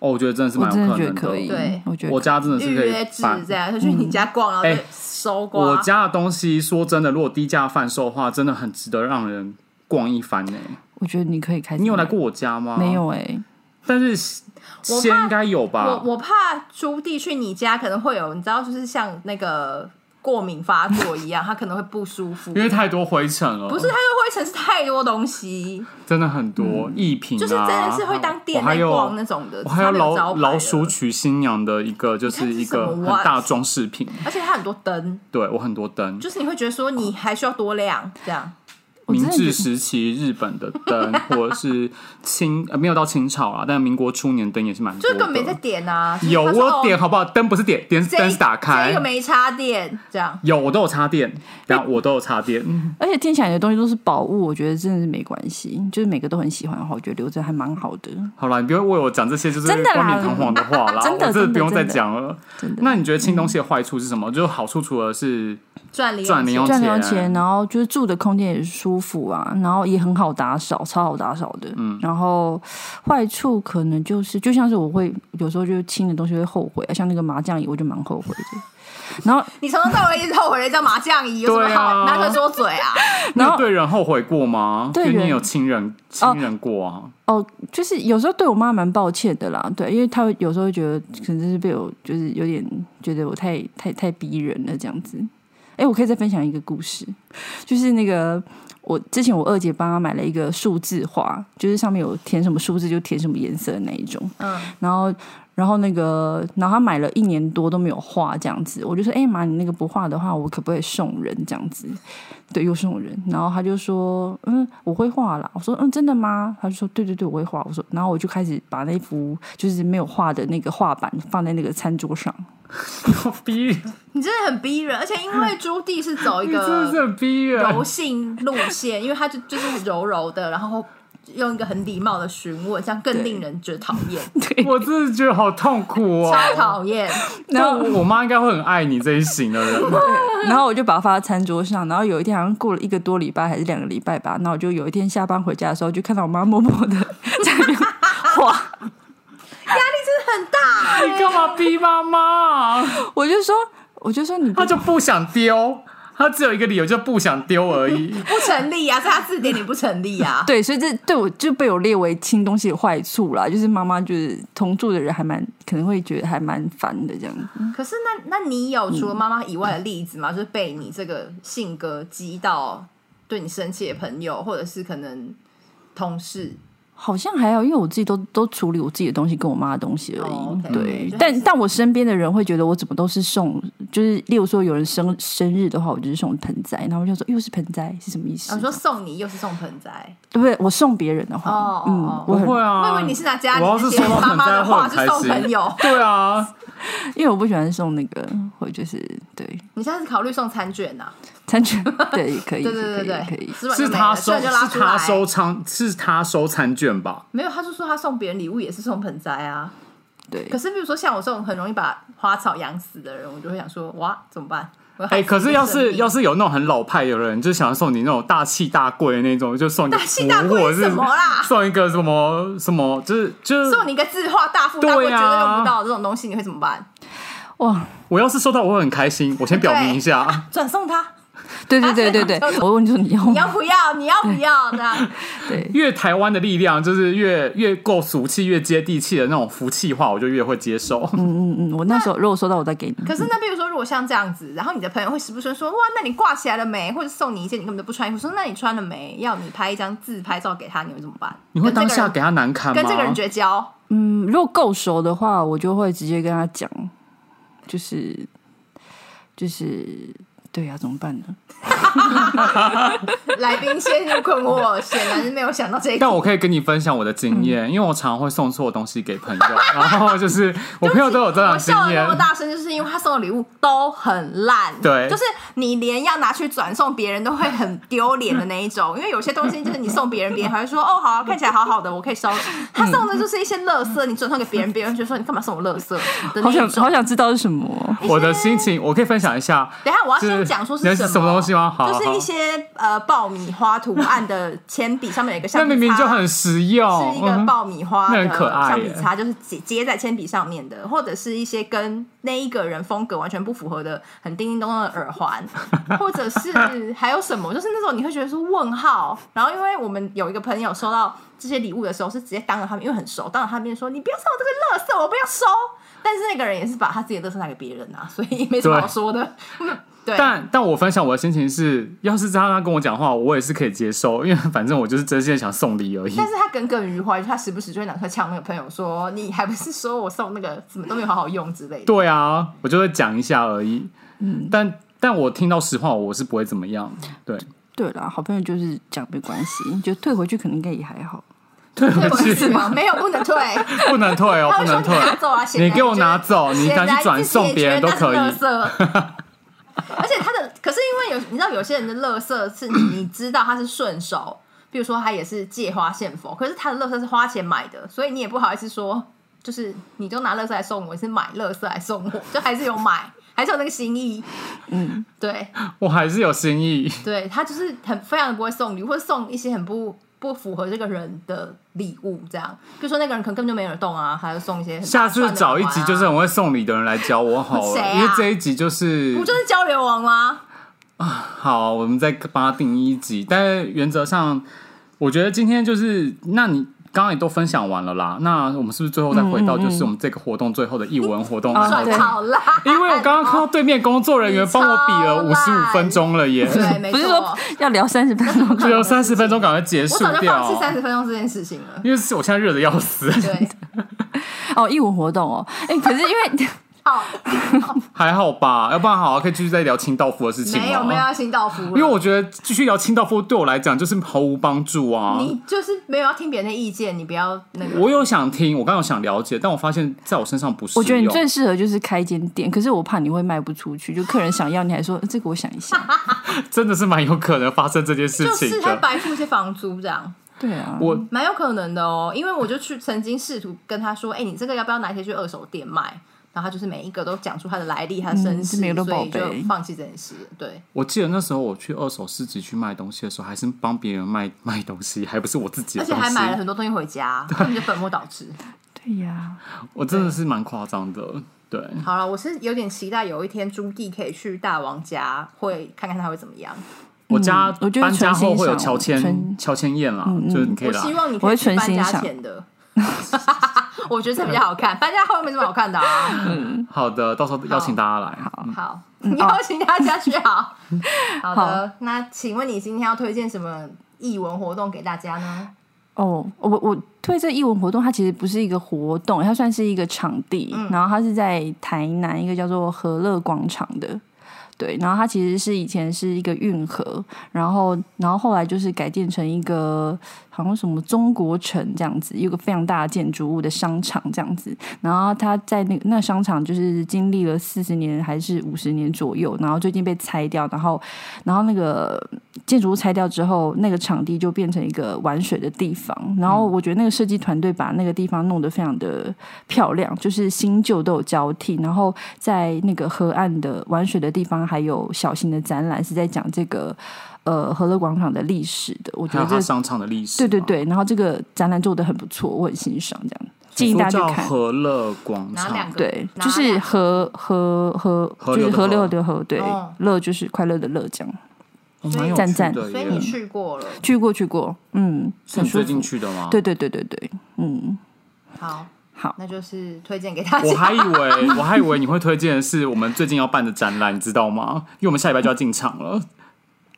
[SPEAKER 2] 哦，我觉得真的是
[SPEAKER 4] 我
[SPEAKER 2] 蛮
[SPEAKER 4] 真
[SPEAKER 2] 有可
[SPEAKER 4] 的觉得
[SPEAKER 2] 能
[SPEAKER 4] 可以，
[SPEAKER 2] 的。
[SPEAKER 1] 对
[SPEAKER 4] 我觉得
[SPEAKER 2] 我家真的
[SPEAKER 1] 预
[SPEAKER 2] 是可以
[SPEAKER 1] 约制
[SPEAKER 2] 办
[SPEAKER 1] 这样，就去你家逛，然后就
[SPEAKER 2] 哎
[SPEAKER 1] 收刮。
[SPEAKER 2] 我家的东西，说真的，如果低价贩售的话，真的很值得让人逛一番呢、欸
[SPEAKER 4] 我觉得你可以开始。
[SPEAKER 2] 你有来？过我家吗？
[SPEAKER 4] 没，有哎、
[SPEAKER 2] 但是先应该有吧。
[SPEAKER 1] 我我怕朱棣去你家可能会有，你知道，就是像那个过敏发作一样，他可能会不舒服。
[SPEAKER 2] 因为太多灰尘了，
[SPEAKER 1] 不是，它的灰尘是太多东西，
[SPEAKER 2] 真的很多艺品、啊，
[SPEAKER 1] 嗯就是真的是会当店
[SPEAKER 2] 我还
[SPEAKER 1] 内
[SPEAKER 2] 有
[SPEAKER 1] 逛那种的
[SPEAKER 2] 我还
[SPEAKER 1] 它
[SPEAKER 2] 有
[SPEAKER 1] 没有招
[SPEAKER 2] 老
[SPEAKER 1] 牌
[SPEAKER 2] 老
[SPEAKER 1] 的
[SPEAKER 2] 鼠娶新娘的一个，就是一个
[SPEAKER 1] 你看这是什
[SPEAKER 2] 很
[SPEAKER 1] 么
[SPEAKER 2] 大装饰品。
[SPEAKER 1] 而且它很多灯，
[SPEAKER 2] 对我很多灯，
[SPEAKER 1] 就是你会觉得说你还需要多亮这样。
[SPEAKER 4] 我真
[SPEAKER 2] 明
[SPEAKER 4] 的觉
[SPEAKER 2] 治
[SPEAKER 4] 得
[SPEAKER 2] 时期日本的灯，或者是清呃没有到清朝啊，但民国初年灯也是蛮
[SPEAKER 1] 就
[SPEAKER 2] 多
[SPEAKER 1] 是
[SPEAKER 2] 的。
[SPEAKER 1] 根本没在点啊！就是
[SPEAKER 2] 有
[SPEAKER 1] 他
[SPEAKER 2] 我
[SPEAKER 1] 说
[SPEAKER 2] 有点
[SPEAKER 1] 哦
[SPEAKER 2] 好不好？灯不是点，点是
[SPEAKER 1] 这
[SPEAKER 2] 灯
[SPEAKER 1] 一
[SPEAKER 2] 是打
[SPEAKER 1] 这
[SPEAKER 2] 开
[SPEAKER 1] 一个。没插电，这样
[SPEAKER 2] 有我都有插电，然后我都有插电。
[SPEAKER 4] 而且听起来你的东西都是宝物，我觉得真的是没关系，就是每个都很喜欢的话，我觉得留着还蛮好的。
[SPEAKER 2] 好啦，你不要为我讲这些就是冠
[SPEAKER 4] 真的啦
[SPEAKER 2] 冕堂皇的话
[SPEAKER 4] (laughs)
[SPEAKER 2] 啦，
[SPEAKER 4] 真的
[SPEAKER 2] 我真
[SPEAKER 4] 真的
[SPEAKER 2] 不用再
[SPEAKER 4] 真的
[SPEAKER 2] 讲了。
[SPEAKER 4] 真的嗯
[SPEAKER 2] 那你觉得清东西的坏处是什么？就是好处除了是
[SPEAKER 1] 赚零
[SPEAKER 2] 赚零用
[SPEAKER 4] 赚
[SPEAKER 2] 钱
[SPEAKER 4] 到钱，然后就是住的空间也舒服啊，然后也很好打扫，超好打扫的。嗯，然后坏处可能就是，就像是我会有时候就清的东西会后悔，啊像那个麻将椅，我就蛮后悔的。然后，
[SPEAKER 1] 你从头到尾一直后悔了一张麻将椅，有什么
[SPEAKER 2] 对啊
[SPEAKER 1] 好拿出来说嘴啊？
[SPEAKER 4] 然
[SPEAKER 2] 那
[SPEAKER 4] 后
[SPEAKER 2] 对人后悔过吗？
[SPEAKER 4] 对
[SPEAKER 2] 因为你
[SPEAKER 4] 人
[SPEAKER 2] 有亲人亲人过啊？ (laughs)
[SPEAKER 4] 哦，就是有时候对我妈蛮抱歉的啦，对，因为她会有时候会觉得可能是被我就是有点觉得我太太太逼人了这样子。哎，我可以再分享一个故事，就是那个我之前我二姐帮她买了一个数字画，就是上面有填什么数字就填什么颜色的那一种，
[SPEAKER 1] 嗯，
[SPEAKER 4] 然后。然后那个，然后她买了一年多都没有画这样子，我就说，哎、妈，你那个不画的话，我可不可以送人这样子？对，有送人。然后他就说，嗯，我会画啦。我说，嗯，真的吗？他就说，对对对，我会画。我说，然后我就开始把那幅就是没有画的那个画板放在那个餐桌上。
[SPEAKER 2] 好逼人，
[SPEAKER 1] 你真的很逼人，而且因为朱棣是走一
[SPEAKER 2] (laughs) 你真的是
[SPEAKER 1] 个
[SPEAKER 2] 很逼人
[SPEAKER 1] 柔。性路线，因为他就就是柔柔的，然后用一个很礼貌的询问，这样更令人觉得讨厌，
[SPEAKER 2] 我真的觉得好痛苦哦。
[SPEAKER 1] 超讨厌。
[SPEAKER 4] (laughs) 然后
[SPEAKER 2] 我妈应该会很爱你这一型的
[SPEAKER 4] (laughs)
[SPEAKER 2] 人。
[SPEAKER 4] 然后我就把它放在餐桌上，然后有一天好像过了一个多礼拜还是两个礼拜吧，然后我就有一天下班回家的时候，就看到我妈默默的 (laughs) 在那边画，
[SPEAKER 2] 你干嘛逼妈
[SPEAKER 4] (laughs)
[SPEAKER 2] 妈？
[SPEAKER 4] 我就说，我就说你不
[SPEAKER 2] 她就不想丢，她只有一个理由，就不想丢而已。
[SPEAKER 1] 不成立啊，在他字典里不成立啊。
[SPEAKER 4] 对，所以这对我就被我列为清东西的坏处啦，就是妈妈就是同住的人还蛮可能会觉得还蛮烦的这样子。
[SPEAKER 1] 可是那那你有除了妈妈以外的例
[SPEAKER 4] 嗯
[SPEAKER 1] 子吗？就是被你这个性格激到对你生气的朋友，或者是可能同事，
[SPEAKER 4] 好像还好，因为我自己都都处理我自己的东西跟我妈的东西而已。
[SPEAKER 1] 哦，OK，
[SPEAKER 4] 对
[SPEAKER 1] 就，还
[SPEAKER 4] 但
[SPEAKER 1] 是
[SPEAKER 4] 但我身边的人会觉得我怎么都是送，就是例如说有人生生日的话，我就是送盆栽，然后我就说又是盆栽是什么意思？
[SPEAKER 1] 啊你说送你又是送盆栽，
[SPEAKER 4] 对不对？我送别人的话，
[SPEAKER 1] 哦哦哦
[SPEAKER 4] 嗯，我
[SPEAKER 2] 不
[SPEAKER 4] 很
[SPEAKER 2] 会
[SPEAKER 1] 我
[SPEAKER 2] 啊，
[SPEAKER 1] 以为你是拿家里
[SPEAKER 2] 我要
[SPEAKER 1] 那
[SPEAKER 2] 是
[SPEAKER 1] 些
[SPEAKER 2] 收到
[SPEAKER 1] 妈
[SPEAKER 2] 盆
[SPEAKER 1] 妈
[SPEAKER 2] 栽
[SPEAKER 1] 的
[SPEAKER 2] 会
[SPEAKER 1] 话
[SPEAKER 2] 很
[SPEAKER 1] 去
[SPEAKER 2] 开
[SPEAKER 1] 送
[SPEAKER 2] 心。
[SPEAKER 1] 朋友，
[SPEAKER 2] 对啊，
[SPEAKER 4] 因为我不喜欢送那个，或就是对
[SPEAKER 1] 你下次考虑送餐券呐、啊
[SPEAKER 4] 餐
[SPEAKER 1] (laughs)
[SPEAKER 4] 券，对，可以，
[SPEAKER 1] 对对对
[SPEAKER 4] 可
[SPEAKER 1] 对，
[SPEAKER 4] 以可以。
[SPEAKER 1] 吃完就是没
[SPEAKER 2] 她
[SPEAKER 1] 了
[SPEAKER 2] 收，
[SPEAKER 1] 吃完就拉
[SPEAKER 2] 是
[SPEAKER 1] 出来
[SPEAKER 2] 她收餐，是她收餐券吧？
[SPEAKER 1] 没有，他就说他送别人礼物也是送盆栽啊。
[SPEAKER 4] 对
[SPEAKER 1] 可，是比如说像我这种很容易把花草养死的人，我就会想说哇怎么办？我要
[SPEAKER 2] 哎、
[SPEAKER 1] 害死
[SPEAKER 2] 可是要
[SPEAKER 1] 一个生
[SPEAKER 2] 是
[SPEAKER 1] 命
[SPEAKER 2] 要是有那种很老派的人，就想要送你那种大气大贵的那种，就送一个
[SPEAKER 1] 大气大
[SPEAKER 2] 符
[SPEAKER 1] 贵
[SPEAKER 2] 或者
[SPEAKER 1] 是什么啦
[SPEAKER 2] 送一个什么什么，就是就是
[SPEAKER 1] (laughs) 送你一个字画大富大贵，
[SPEAKER 2] 对
[SPEAKER 1] 绝
[SPEAKER 2] 啊
[SPEAKER 1] 对用不到的这种东西，你会怎么办？
[SPEAKER 4] 哇，
[SPEAKER 2] 我要是收到，我会很开心。我先表明一下， (laughs)
[SPEAKER 1] 转送他，
[SPEAKER 4] 对对对
[SPEAKER 1] (laughs)
[SPEAKER 4] 对对，我问你说你要
[SPEAKER 1] 你要
[SPEAKER 4] 吗？
[SPEAKER 1] 不要？你要不要？这样 (laughs)
[SPEAKER 4] 对，
[SPEAKER 2] 越台湾的力量就是越越够俗气、越接地气的那种福气话，我就越会接受。
[SPEAKER 4] 嗯嗯嗯，我那时候如果收到，我再给你。
[SPEAKER 1] 可是那比如说，如果像这样子，然后你的朋友会时不时说：“哇，那你挂起来了没？”或者送你一件你根本都不穿衣服，说：“那你穿了没？”要你拍一张自拍照给他，你会怎么办？
[SPEAKER 2] 你会当下给
[SPEAKER 1] 跟
[SPEAKER 2] 他难堪
[SPEAKER 1] 这
[SPEAKER 2] 吗？
[SPEAKER 1] 个人跟这个人绝交？
[SPEAKER 4] 嗯，如果够熟的话，我就会直接跟他讲，就是就是，对呀、怎么办呢？
[SPEAKER 1] 来宾陷入困惑，显然是没有想到这一
[SPEAKER 2] 但
[SPEAKER 1] 点。
[SPEAKER 2] 我可以跟你分享我的经
[SPEAKER 1] 嗯
[SPEAKER 2] 验，因为我常常会送错东西给朋友，然后就是我朋友都有这样
[SPEAKER 1] 我
[SPEAKER 2] 的经
[SPEAKER 1] 笑的
[SPEAKER 2] 验
[SPEAKER 1] 那么。大声，就是因为他送的礼物都很烂，
[SPEAKER 2] 对
[SPEAKER 1] 就是你连要拿去转送别人都会很丢脸的那一种。因为有些东西就是你送别人，别人还会说哦，好、啊，看起来好好的，我可以
[SPEAKER 2] (laughs)
[SPEAKER 1] 收。
[SPEAKER 2] 嗯
[SPEAKER 1] 他送的就是一些垃圾，你转送给别人，别人就说你干嘛送我垃圾的
[SPEAKER 2] (laughs)
[SPEAKER 4] 好
[SPEAKER 1] 那
[SPEAKER 4] 想
[SPEAKER 1] 一种。
[SPEAKER 4] 好想知道是什么。
[SPEAKER 2] 我的心情，我可以分享一下。
[SPEAKER 1] 等一下，我要
[SPEAKER 2] 就
[SPEAKER 1] 先
[SPEAKER 2] 是
[SPEAKER 1] 讲说
[SPEAKER 2] 你要
[SPEAKER 1] 什么
[SPEAKER 2] 什么东西吗好
[SPEAKER 1] 就是
[SPEAKER 2] 好
[SPEAKER 1] 一些呃爆米花图案的铅笔，上面有一个橡
[SPEAKER 2] 那
[SPEAKER 1] 皮擦，
[SPEAKER 2] 明明就很实用，
[SPEAKER 1] 是一个
[SPEAKER 2] 嗯
[SPEAKER 1] 爆米花
[SPEAKER 2] 那
[SPEAKER 1] 的
[SPEAKER 2] 很可爱
[SPEAKER 1] 橡
[SPEAKER 2] 耶
[SPEAKER 1] 皮擦，就是接接在铅笔上面的，或者是一些跟那一个人风格完全不符合的很叮叮咚咚的耳
[SPEAKER 2] (laughs)
[SPEAKER 1] 环，或者是还有什么，就是那种你会觉得说问号。然后因为我们有一个朋友收到这些礼物的时候，是直接当着他们，因为很熟，当着他们面说你不要送我这
[SPEAKER 2] (laughs)
[SPEAKER 1] 个垃圾，我不要收。但是那个人也是把他自己的垃圾拿给别人啊，所以没什么好
[SPEAKER 2] 对
[SPEAKER 1] 说的。对，
[SPEAKER 2] 但但我分享我的心情是，要是他他跟我讲话，我也是可以接受，因为反正我就是真心地想送礼而已。
[SPEAKER 1] 但是他耿耿于怀，他时不时就会拿出来呛那个朋友说：“你还不是说我送那个怎么都没有好好用之类的。
[SPEAKER 2] 对啊，我就会讲一下而已。嗯，但但我听到实话，我是不会怎么样。对，
[SPEAKER 4] 对啦，好朋友就是讲没关系，就退回去可能应该也还好。
[SPEAKER 2] 退”
[SPEAKER 1] 退
[SPEAKER 2] 回
[SPEAKER 1] 回
[SPEAKER 2] 去
[SPEAKER 1] (laughs) 去吗？没有，不能退。
[SPEAKER 2] 不能退哦，
[SPEAKER 1] 他
[SPEAKER 2] 不
[SPEAKER 1] 会说
[SPEAKER 2] 能
[SPEAKER 1] 你
[SPEAKER 2] 退。
[SPEAKER 1] 拿走啊，显
[SPEAKER 2] 你
[SPEAKER 1] 然
[SPEAKER 2] 给我
[SPEAKER 1] 就
[SPEAKER 2] 拿走，你拿去转送别人都可
[SPEAKER 1] 显
[SPEAKER 2] 以
[SPEAKER 1] 然。自己也觉得他是
[SPEAKER 2] (laughs)
[SPEAKER 1] 垃圾而且他的，可是因为有你知道，有些人的乐色是你你知道他是顺手，比如说他也是借花献佛，可是他的乐色是花钱买的，所以你也不好意思说，就是你都拿乐色来送我，你是买乐色来送我，就还是有买，还是有那个心意。嗯，对
[SPEAKER 2] 我还是有心意，
[SPEAKER 1] 对，他就是很非常不会送礼，或者送一些很不。不符合这个人的礼物，这样，比如说那个人可能根本就没人动啊，还要送一些很大
[SPEAKER 2] 下次
[SPEAKER 1] 串的
[SPEAKER 2] 找一
[SPEAKER 1] 耳环
[SPEAKER 2] 集
[SPEAKER 1] 啊
[SPEAKER 2] 就是很会送礼的人来教我好了，
[SPEAKER 1] 谁啊
[SPEAKER 2] 因为这一集就是
[SPEAKER 1] 不就是交流王吗？
[SPEAKER 2] 好，我们再帮他定一集。但是原则上，我觉得今天就是，那你刚刚也都分享完了啦。那我们是不是最后再回到就是我们这个活动最后的译文活动？
[SPEAKER 4] 啊
[SPEAKER 1] 算
[SPEAKER 4] 对
[SPEAKER 1] 好啦，
[SPEAKER 2] 因为我刚刚看到对面工作人员帮我比了
[SPEAKER 1] 你
[SPEAKER 2] 五十
[SPEAKER 1] 超
[SPEAKER 2] 五
[SPEAKER 1] 烂
[SPEAKER 2] 分钟了耶，
[SPEAKER 1] (laughs) 对，没
[SPEAKER 4] 不是说
[SPEAKER 1] 错，
[SPEAKER 4] 要聊三十分钟，
[SPEAKER 1] (laughs)
[SPEAKER 2] 只有三十分钟，赶快结
[SPEAKER 1] 我
[SPEAKER 2] 束
[SPEAKER 1] 早就放弃三
[SPEAKER 2] 掉。
[SPEAKER 1] 十分钟这件事情了。
[SPEAKER 2] (laughs) 因为是我现在热的要死，
[SPEAKER 4] (laughs)
[SPEAKER 1] 对，
[SPEAKER 4] 哦，义务活动哦，哎、可是因
[SPEAKER 1] (laughs)
[SPEAKER 4] 为
[SPEAKER 1] 好，
[SPEAKER 2] 还好吧？要不然好啊，可以继续再聊清道夫的事情吗啊
[SPEAKER 1] 没有没有，要新到服了，
[SPEAKER 2] 哦因为我觉得继续聊清道夫对我来讲就是毫无帮助啊。
[SPEAKER 1] 你就是没有要听别人的意见，你不要那个。
[SPEAKER 2] 我有想听，我刚有想了解，但我发现在我身上不适用。
[SPEAKER 4] 我觉得你最适合就是开一间店，可是我怕你会卖不出去，就客人想要，你还说、呃这个我想
[SPEAKER 1] (laughs)
[SPEAKER 4] 一下，
[SPEAKER 2] 真的是蛮有可能发生这件事
[SPEAKER 1] 就
[SPEAKER 2] 情
[SPEAKER 1] 是他
[SPEAKER 2] 的。
[SPEAKER 1] 白付一些房租这样，
[SPEAKER 4] 对啊，
[SPEAKER 2] 我
[SPEAKER 1] 蛮有可能的哦。因为我就去曾经试图跟他说，哎、你这个要不要哪一天去二手店卖？然后他就是每一个都讲出他的来历、他的身
[SPEAKER 4] 嗯是
[SPEAKER 1] 世，
[SPEAKER 4] 每个都
[SPEAKER 1] 所以
[SPEAKER 4] 报备
[SPEAKER 1] 就放弃这件事。对，
[SPEAKER 2] 我记得那时候我去二手市集去卖东西的时候，还是帮别人卖卖东西，还不是我自己
[SPEAKER 1] 而
[SPEAKER 2] 的
[SPEAKER 1] 且
[SPEAKER 2] 东
[SPEAKER 1] 还买了
[SPEAKER 2] 西。
[SPEAKER 1] 很多东西回家，根本就本末倒置。
[SPEAKER 4] 对呀、
[SPEAKER 2] 我真的是蛮夸张的，对。
[SPEAKER 1] 好了，我是有点期待有一天朱棣可以去大王家，会看看他会怎么样。
[SPEAKER 2] 我家
[SPEAKER 4] 我觉得
[SPEAKER 2] 搬家后会有乔
[SPEAKER 4] 存
[SPEAKER 2] 迁
[SPEAKER 4] 心赏
[SPEAKER 2] 乔迁宴啦，就是你可
[SPEAKER 1] 嗯
[SPEAKER 2] 以
[SPEAKER 1] 我
[SPEAKER 2] 来。
[SPEAKER 1] 希望你
[SPEAKER 4] 我
[SPEAKER 1] 可以
[SPEAKER 4] 会
[SPEAKER 1] 去
[SPEAKER 4] 存
[SPEAKER 1] 搬
[SPEAKER 4] 心
[SPEAKER 1] 家
[SPEAKER 4] 赏
[SPEAKER 1] 前的， (laughs) 我觉得这比较好看。搬家后面什么好看的啊？
[SPEAKER 2] 好的，到时候邀请大家来。
[SPEAKER 1] 哦好，(laughs)
[SPEAKER 2] 嗯
[SPEAKER 1] 邀请大家去好。(laughs)
[SPEAKER 2] 哦
[SPEAKER 1] 好的，那请问你今天要推荐什么译文活动给大家呢？
[SPEAKER 4] 哦，我我推这义文活动，它其实不是一个活动，它算是一个场地，然后它是在台南一个叫做和乐广场的。对，然后它其实是以前是一个运河，然后然后后来就是改建成一个好像什么中国城这样子，一个非常大的建筑物的商场这样子。然后它在那个那商场就是经历了四十年还是五十年左右，然后最近被拆掉，然后然后那个建筑物拆掉之后，那个场地就变成一个玩水的地方。然后我觉得那个设计团队把那个地方弄得非常的漂亮，就是新旧都有交替。然后在那个河岸的玩水的地方，还有小型的展览，是在讲这个呃和乐广场的历史的。我觉
[SPEAKER 2] 还有
[SPEAKER 4] 得
[SPEAKER 2] 他
[SPEAKER 4] 这
[SPEAKER 2] 商场的历史，
[SPEAKER 4] 对对，对，然后这个展览做的很不错，我很欣赏这样，建议大家
[SPEAKER 2] 叫
[SPEAKER 4] 去看。
[SPEAKER 2] 和乐广
[SPEAKER 1] 哪两
[SPEAKER 2] 场，
[SPEAKER 1] 个？
[SPEAKER 4] 对，
[SPEAKER 1] 哪
[SPEAKER 4] 就是
[SPEAKER 1] 两个
[SPEAKER 4] 河河河，
[SPEAKER 2] 河
[SPEAKER 4] 就是
[SPEAKER 2] 流的
[SPEAKER 4] 河
[SPEAKER 2] 河
[SPEAKER 4] 流的河，对
[SPEAKER 1] 哦，
[SPEAKER 4] 乐就是快乐的乐这样。
[SPEAKER 2] 哦蛮有
[SPEAKER 4] 赞
[SPEAKER 2] 趣
[SPEAKER 4] 赞
[SPEAKER 2] 的
[SPEAKER 1] 所以
[SPEAKER 2] 耶。
[SPEAKER 1] 你去过了。
[SPEAKER 4] 去过去过，嗯，
[SPEAKER 2] 是
[SPEAKER 4] 很
[SPEAKER 2] 你
[SPEAKER 4] 舒
[SPEAKER 2] 最
[SPEAKER 4] 服
[SPEAKER 2] 近。去的吗？
[SPEAKER 4] 对对对对对，嗯，
[SPEAKER 1] 好，
[SPEAKER 4] 好
[SPEAKER 1] 那就是推荐给大
[SPEAKER 2] 我还
[SPEAKER 1] 家。
[SPEAKER 2] 以为我还以为你会推荐的是我们最近要办的展览，你知道吗？因为我们下礼拜就要进场了。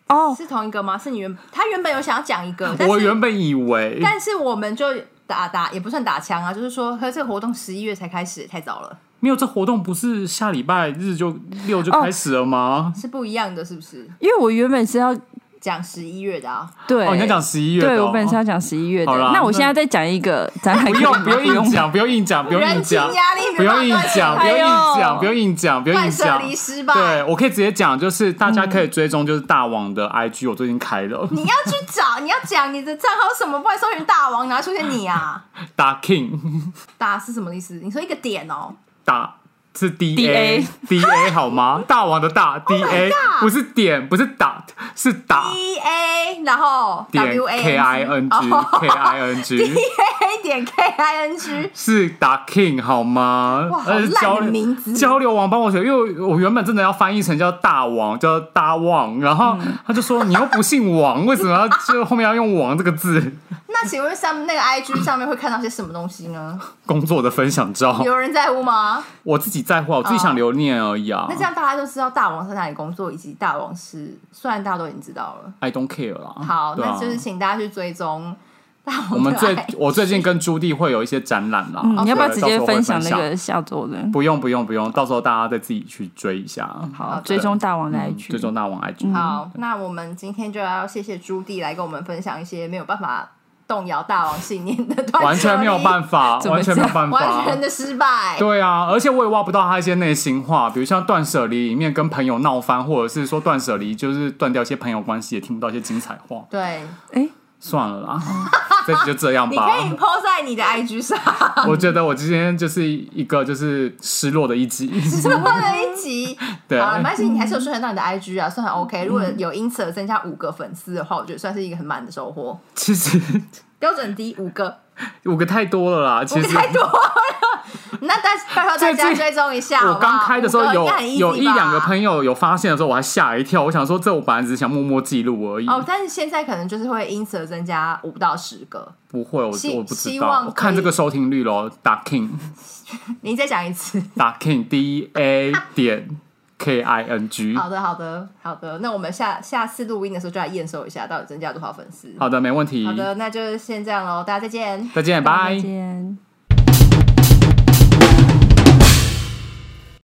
[SPEAKER 4] 哦，
[SPEAKER 1] (laughs) 是同一个吗？是你原他原本有想要讲一个，但
[SPEAKER 2] 我
[SPEAKER 1] 是
[SPEAKER 2] 原本以为，
[SPEAKER 1] 但是我们就打打也不算打枪啊，就是说，和这个活动十一月才开始，太早了，
[SPEAKER 2] 没有这活动不是下礼拜日就六就
[SPEAKER 4] 哦
[SPEAKER 2] 开始了吗？
[SPEAKER 1] 是不一样的，是不是？
[SPEAKER 4] 因为我原本是要
[SPEAKER 1] 讲十一月的啊，
[SPEAKER 4] 对，
[SPEAKER 2] 哦，你要讲十一月的
[SPEAKER 4] 对
[SPEAKER 2] 哦，
[SPEAKER 4] 我本来是要讲十一月的
[SPEAKER 2] 好啦，
[SPEAKER 4] 那我
[SPEAKER 2] 那
[SPEAKER 4] 现在再讲一
[SPEAKER 2] (laughs)
[SPEAKER 4] 个展览，
[SPEAKER 2] 不用不用硬讲，不用硬讲，不用硬
[SPEAKER 1] 人情
[SPEAKER 2] 讲，
[SPEAKER 1] 压力
[SPEAKER 2] 不
[SPEAKER 1] 没办
[SPEAKER 2] 用
[SPEAKER 1] 法
[SPEAKER 2] 硬讲，不
[SPEAKER 1] 哎
[SPEAKER 2] 用
[SPEAKER 1] 呦
[SPEAKER 2] 硬讲，不用硬讲，不用硬
[SPEAKER 1] 断舍
[SPEAKER 2] 讲。
[SPEAKER 1] 离失败。
[SPEAKER 2] 对，我可以直接讲，就是大家可以追踪，就是大王的 IG，我最近开了 (laughs)
[SPEAKER 1] 你要去找，你要讲你的账号什么？不然搜寻大王，哪会出现你啊？
[SPEAKER 2] 打 King (laughs)
[SPEAKER 1] 打是什么意思？你说一个点哦，
[SPEAKER 2] 打是 D A (laughs)
[SPEAKER 4] DA
[SPEAKER 2] D A 好吗？大王的大 D A 不是点，不是打，是打
[SPEAKER 1] D E A，然后
[SPEAKER 2] 啊点
[SPEAKER 1] W A
[SPEAKER 2] K I N G K I N G
[SPEAKER 1] A (laughs) 点 K I N G，
[SPEAKER 2] 是打 King 好吗？
[SPEAKER 1] 哇好
[SPEAKER 2] 而且交
[SPEAKER 1] 烂的名字
[SPEAKER 2] 交流王帮我选，因为我原本真的要翻译成叫大王，叫大王，然后
[SPEAKER 1] 嗯
[SPEAKER 2] 他就说你又不
[SPEAKER 1] (laughs)
[SPEAKER 2] 姓王，为什么要就后面要用王这个字？
[SPEAKER 1] 那请问上那个 I G 上面会看到些什么东西呢？
[SPEAKER 2] 工作的分享照，
[SPEAKER 1] 有人在乎吗？
[SPEAKER 2] 我自己在乎啊，我自己想留念而已啊。
[SPEAKER 1] 那这样大家就知道大王在哪里工作，以及大王是，虽然大家都已经知道了。
[SPEAKER 2] I don't care 啦。
[SPEAKER 1] 好，
[SPEAKER 2] 对啊
[SPEAKER 1] 那就是请大家去追踪 (laughs) 大王的
[SPEAKER 2] 我们最
[SPEAKER 1] 爱
[SPEAKER 2] 我最近跟朱棣会有一些展览啦，
[SPEAKER 4] 嗯，你要不要
[SPEAKER 2] 对
[SPEAKER 4] 直
[SPEAKER 2] 到时
[SPEAKER 4] 接
[SPEAKER 2] 候会
[SPEAKER 4] 分
[SPEAKER 2] 分
[SPEAKER 4] 享那？个下周的？
[SPEAKER 2] 不用不用不用，到时候大家再自己去追一下。
[SPEAKER 4] 好，
[SPEAKER 1] 好
[SPEAKER 4] 追踪大王的
[SPEAKER 2] 嗯
[SPEAKER 4] IG，
[SPEAKER 2] 追啊踪大王 IG。
[SPEAKER 1] 好，那我们今天就要谢谢朱棣来跟我们分享一些没有办法动摇大王信念的断舍离，
[SPEAKER 2] 完全没有办法，
[SPEAKER 4] 怎么
[SPEAKER 2] 完全没有办
[SPEAKER 1] 完全
[SPEAKER 2] 法。
[SPEAKER 1] 的失败。
[SPEAKER 2] 对啊，而且我也挖不到他一些内心话，比如像断舍离里面跟朋友闹翻，或者是说断舍离就是断掉一些朋友关系，也听不到一些精彩话。
[SPEAKER 1] 对，
[SPEAKER 4] 哎，
[SPEAKER 2] 算了啦， (laughs) 这集就这样
[SPEAKER 1] 你可
[SPEAKER 2] 吧。
[SPEAKER 1] 以 po 在你的 IG 上，
[SPEAKER 2] 我觉得我今天就是一个就是失落的一 (laughs) 集，
[SPEAKER 1] 只是 po 了一集。
[SPEAKER 2] (laughs) 对，嗯
[SPEAKER 1] 好了，没关系，你还是有宣传到你的 IG 啊，算很 OK。如果有因此而增加五个粉丝的话，我觉得算是一个很满的收获。
[SPEAKER 2] 其实
[SPEAKER 1] 标准低五个，
[SPEAKER 2] 五个太多了啦，其实。
[SPEAKER 1] 太多了。 (laughs) 那大拜托大家
[SPEAKER 2] 最近
[SPEAKER 1] 追踪一下好不好。
[SPEAKER 2] 我刚开的时候
[SPEAKER 1] 五个
[SPEAKER 2] 有
[SPEAKER 1] 应该很 easy
[SPEAKER 2] 有一
[SPEAKER 1] 吧
[SPEAKER 2] 两个朋友有发现的时候，我还吓一跳。我想说，这我本来只是想默默记录而已，
[SPEAKER 1] 哦，但是现在可能就是会因此而增加五到十个。
[SPEAKER 2] 不会，我
[SPEAKER 1] 希
[SPEAKER 2] 我不知
[SPEAKER 1] 希
[SPEAKER 2] 道
[SPEAKER 1] 望。
[SPEAKER 2] 我看
[SPEAKER 1] 可以
[SPEAKER 2] 这个收听率咯，打 king
[SPEAKER 1] 你再讲一次。
[SPEAKER 2] 打 king d a 点 k i n g。
[SPEAKER 1] 好的，好的，好的。那我们下下次录音的时候就来验收一下，到底增加多少粉丝。
[SPEAKER 2] 好的，没问题
[SPEAKER 1] 好。的，那就先这样喽，大家再见。
[SPEAKER 2] 再见，
[SPEAKER 4] 大家再
[SPEAKER 2] 拜。
[SPEAKER 4] 见。